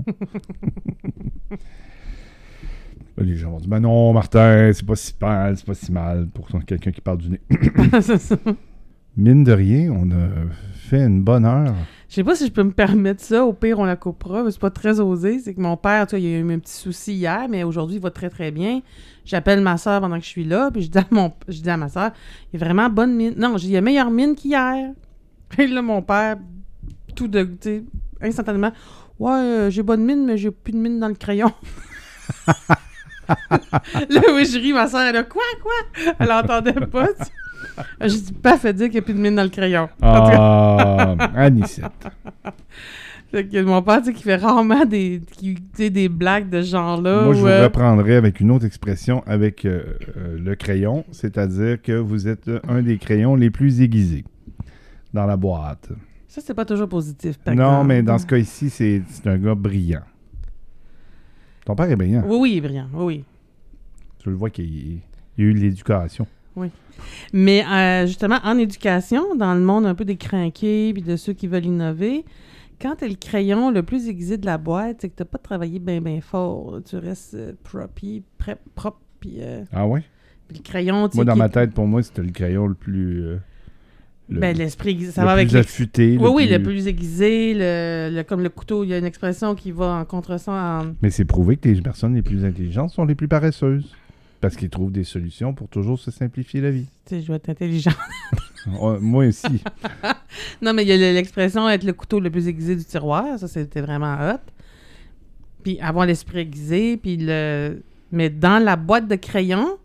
Là, Les gens vont dire Ben non, Martin, c'est pas si mal, c'est pas si mal pour quelqu'un qui parle du nez. C'est ça. Mine de rien, on a fait une bonne heure. Je sais pas si je peux me permettre ça. Au pire, on la coupera. mais C'est pas très osé. C'est que mon père, tu vois, il a eu un petit souci hier, mais aujourd'hui, il va très, très bien. J'appelle ma soeur pendant que je suis là, puis je dis à, mon... je dis à ma soeur, il a vraiment bonne mine. Non, j'ai dit, il a meilleure mine qu'hier. Et là, mon père, tout de. Tu sais, instantanément, ouais, euh, j'ai bonne mine, mais j'ai plus de mine dans le crayon. là, oui, je ris, ma soeur, elle a quoi, quoi? Elle entendait pas. tu- J'ai dit, paf, elle dit qu'il n'y a plus de mine dans le crayon. En tout cas, Ah, Anissette. fait que mon père, tu sais, qui fait rarement des, qui, tu sais, des blagues de ce genre-là. Moi, je ou, euh, vous reprendrai avec une autre expression avec euh, euh, le crayon, c'est-à-dire que vous êtes un des crayons les plus aiguisés dans la boîte. Ça, c'est pas toujours positif. par Non, exemple. mais dans ce cas-ci, c'est c'est un gars brillant. Ton père est brillant. Oui, oui, il est brillant. Oui, oui. Tu le vois qu'il il a eu de l'éducation. Mais euh, justement, en éducation, dans le monde un peu des crinqués puis de ceux qui veulent innover, quand t'es le crayon le plus aiguisé de la boîte, c'est que t'as pas travaillé bien, bien fort. Tu restes euh, propi- prep- propre, puis euh, Ah ouais? puis le crayon, tu sais, Moi, dans qui- ma tête, pour moi, c'était le crayon le plus. euh, le, Ben, l'esprit, aiguisé, ça le va avec plus les- affûté. Oui, oui, le plus aiguisé, le, le- comme le couteau, il y a une expression qui va en contresens en, Mais c'est prouvé que les personnes les plus intelligentes sont les plus paresseuses. Parce qu'ils trouvent des solutions pour toujours se simplifier la vie. Tu sais, je dois être intelligent. Euh, moi aussi. non, mais il y a le- l'expression être le couteau le plus aiguisé du tiroir. Ça, c'était vraiment hot. Puis avoir l'esprit aiguisé. Puis le... Mais dans la boîte de crayons,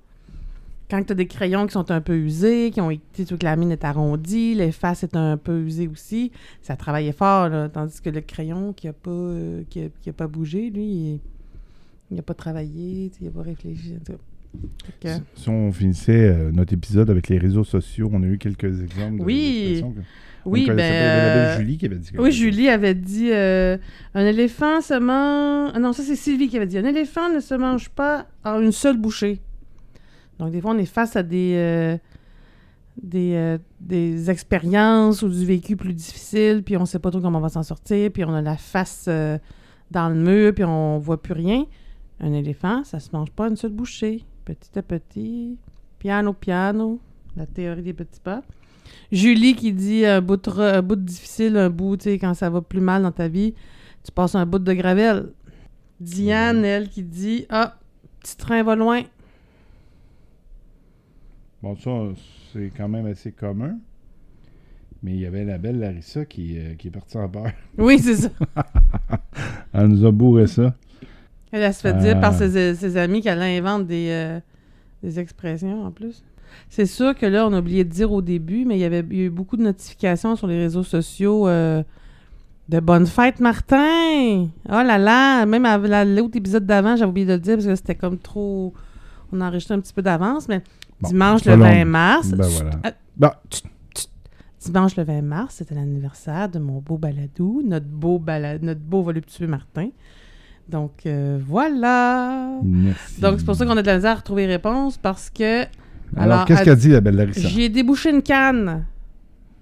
quand tu as des crayons qui sont un peu usés, qui ont été, toute la mine est arrondie, l'efface est un peu usée aussi, ça travaillait fort. là. Tandis que le crayon qui n'a pas, euh, qui a- qui a pas bougé, lui, il n'a pas travaillé, tu sais, il n'a pas réfléchi. en tout cas. Fait que- Si- Si on finissait euh, notre épisode avec les réseaux sociaux, on a eu quelques exemples. de- Oui. d'expressions que- oui, Comme ben. elle s'appelait, la belle euh, Julie qui avait dit que- Oui, Julie avait dit euh, un éléphant se mange. Ah non, ça c'est Sylvie qui avait dit un éléphant ne se mange pas en une seule bouchée. Donc des fois on est face à des euh, des, euh, des expériences ou du vécu plus difficile, puis on sait pas trop comment on va s'en sortir, puis on a la face euh, dans le mur, puis on voit plus rien. Un éléphant, ça se mange pas en une seule bouchée, petit à petit, piano piano, la théorie des petits pas. Julie qui dit un bout de, re- un bout de difficile, un bout, tu sais, quand ça va plus mal dans ta vie, tu passes un bout de gravelle. Diane, elle, qui dit Ah, petit train va loin. Bon, ça, c'est quand même assez commun. Mais il y avait la belle Larissa qui, euh, qui est partie en peur. Oui, c'est ça. Elle nous a bourré ça. Elle, elle se fait dire Ah. par ses, ses amis qu'elle invente des, euh, des expressions en plus. C'est sûr que là, on a oublié de dire au début, mais il y avait il y a eu beaucoup de notifications sur les réseaux sociaux euh, de Bonne fête, Martin! Oh là là! Même à la- l'autre épisode d'avant, j'avais oublié de le dire parce que c'était comme trop. On a enregistré un petit peu d'avance, mais Bon, dimanche pas le 20 long. mars. Ben Chut, voilà. ah, Bon. chut, chut. Dimanche le 20 mars, c'était l'anniversaire de mon beau baladou, notre beau, bala- notre beau voluptueux Martin. Donc euh, voilà. Merci. Donc c'est pour ça qu'on a de la misère à retrouver les réponses parce que Alors, Alors, qu'est-ce à- qu'a dit la belle Larissa? j'ai débouché une canne.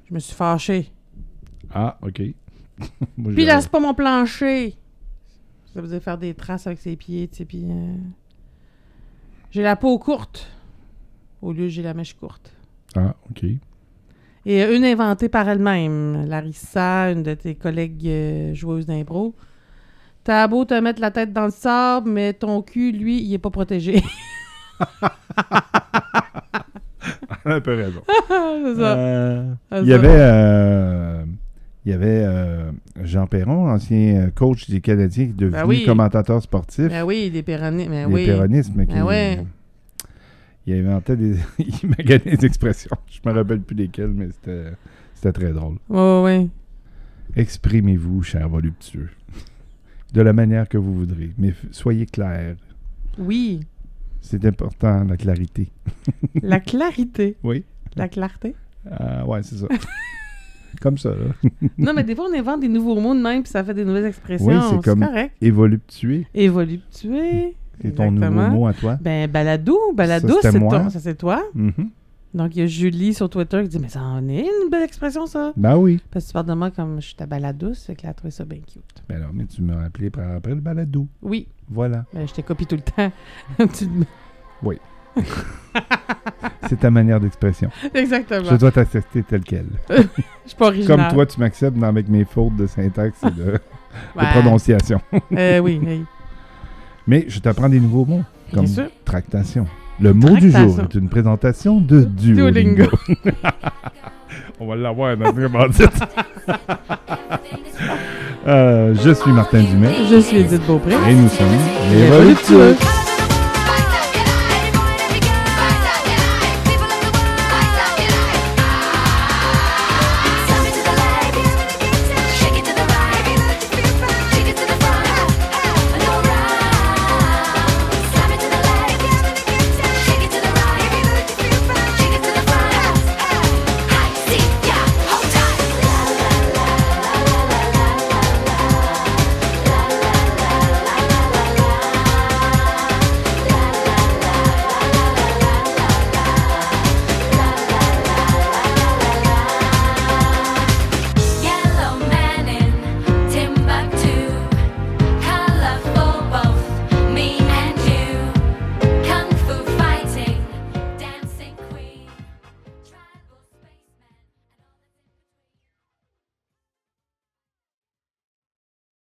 Je me suis fâchée. Ah, OK. Moi, Puis j'ai- là, c'est pas mon plancher. Ça veut dire faire des traces avec ses pieds, tu sais, puis... euh, J'ai la peau courte. Au lieu, j'ai la mèche courte. Ah, OK. Et une inventée par elle-même, Larissa, une de tes collègues euh, joueuses d'impro. T'as beau te mettre la tête dans le sable, mais ton cul, lui, il est pas protégé. Elle a un peu raison. C'est ça. Euh, C'est il y ça. avait, euh, il y avait euh, Jean Perron, ancien euh, coach des Canadiens, qui est devenu Ben oui. commentateur sportif, Ben oui, des péronistes. Ben des oui. péronismes, qui, ouais. il inventait des, il maganait des expressions. Je me rappelle plus lesquelles, mais c'était, c'était très drôle. Ouais, ouais, ouais. Exprimez-vous, cher voluptueux, de la manière que vous voudrez, mais f- soyez clair. Oui, C'est important la clarité. la clarité. Oui. La clarté. Euh, ouais, c'est ça. Comme ça. Là. Non, mais des fois, on invente des nouveaux mots de même, puis ça fait des nouvelles expressions. Oui, c'est c'est comme- correct. Et voluptuer Et voluptué. est ton nouveau Exactement. Ah. mot à toi. Ben, baladou, baladou, c'était c'est moi. toi. Ça, c'est toi. Mhm. Donc, il y a Julie sur Twitter qui dit Mais ça en est une belle expression, ça. Ben oui. Parce que tu parles de moi comme je suis ta baladouce, c'est qu'elle a trouvé ça bien cute. Ben alors, mais tu m'as appelé par après le balado. Oui, Voilà. ben, je t'ai copié tout le temps. Tu le- Ah. C'est ta manière d'expression. Exactement. Je dois t'accepter tel quel. Je suis pas Comme originale. toi, tu m'acceptes dans- avec mes fautes de syntaxe et de, de Ouais. prononciation. Euh, oui, oui. Mais je t'apprends des nouveaux mots, comme Bien sûr. tractation. Le mot du jour Tractation. est une présentation de Duolingo. Duolingo. On va l'avoir, notre commandite. Euh, je suis Martin Dumais Je suis Edith Beaupré. et nous sommes Les les voluptueux. voluptueux.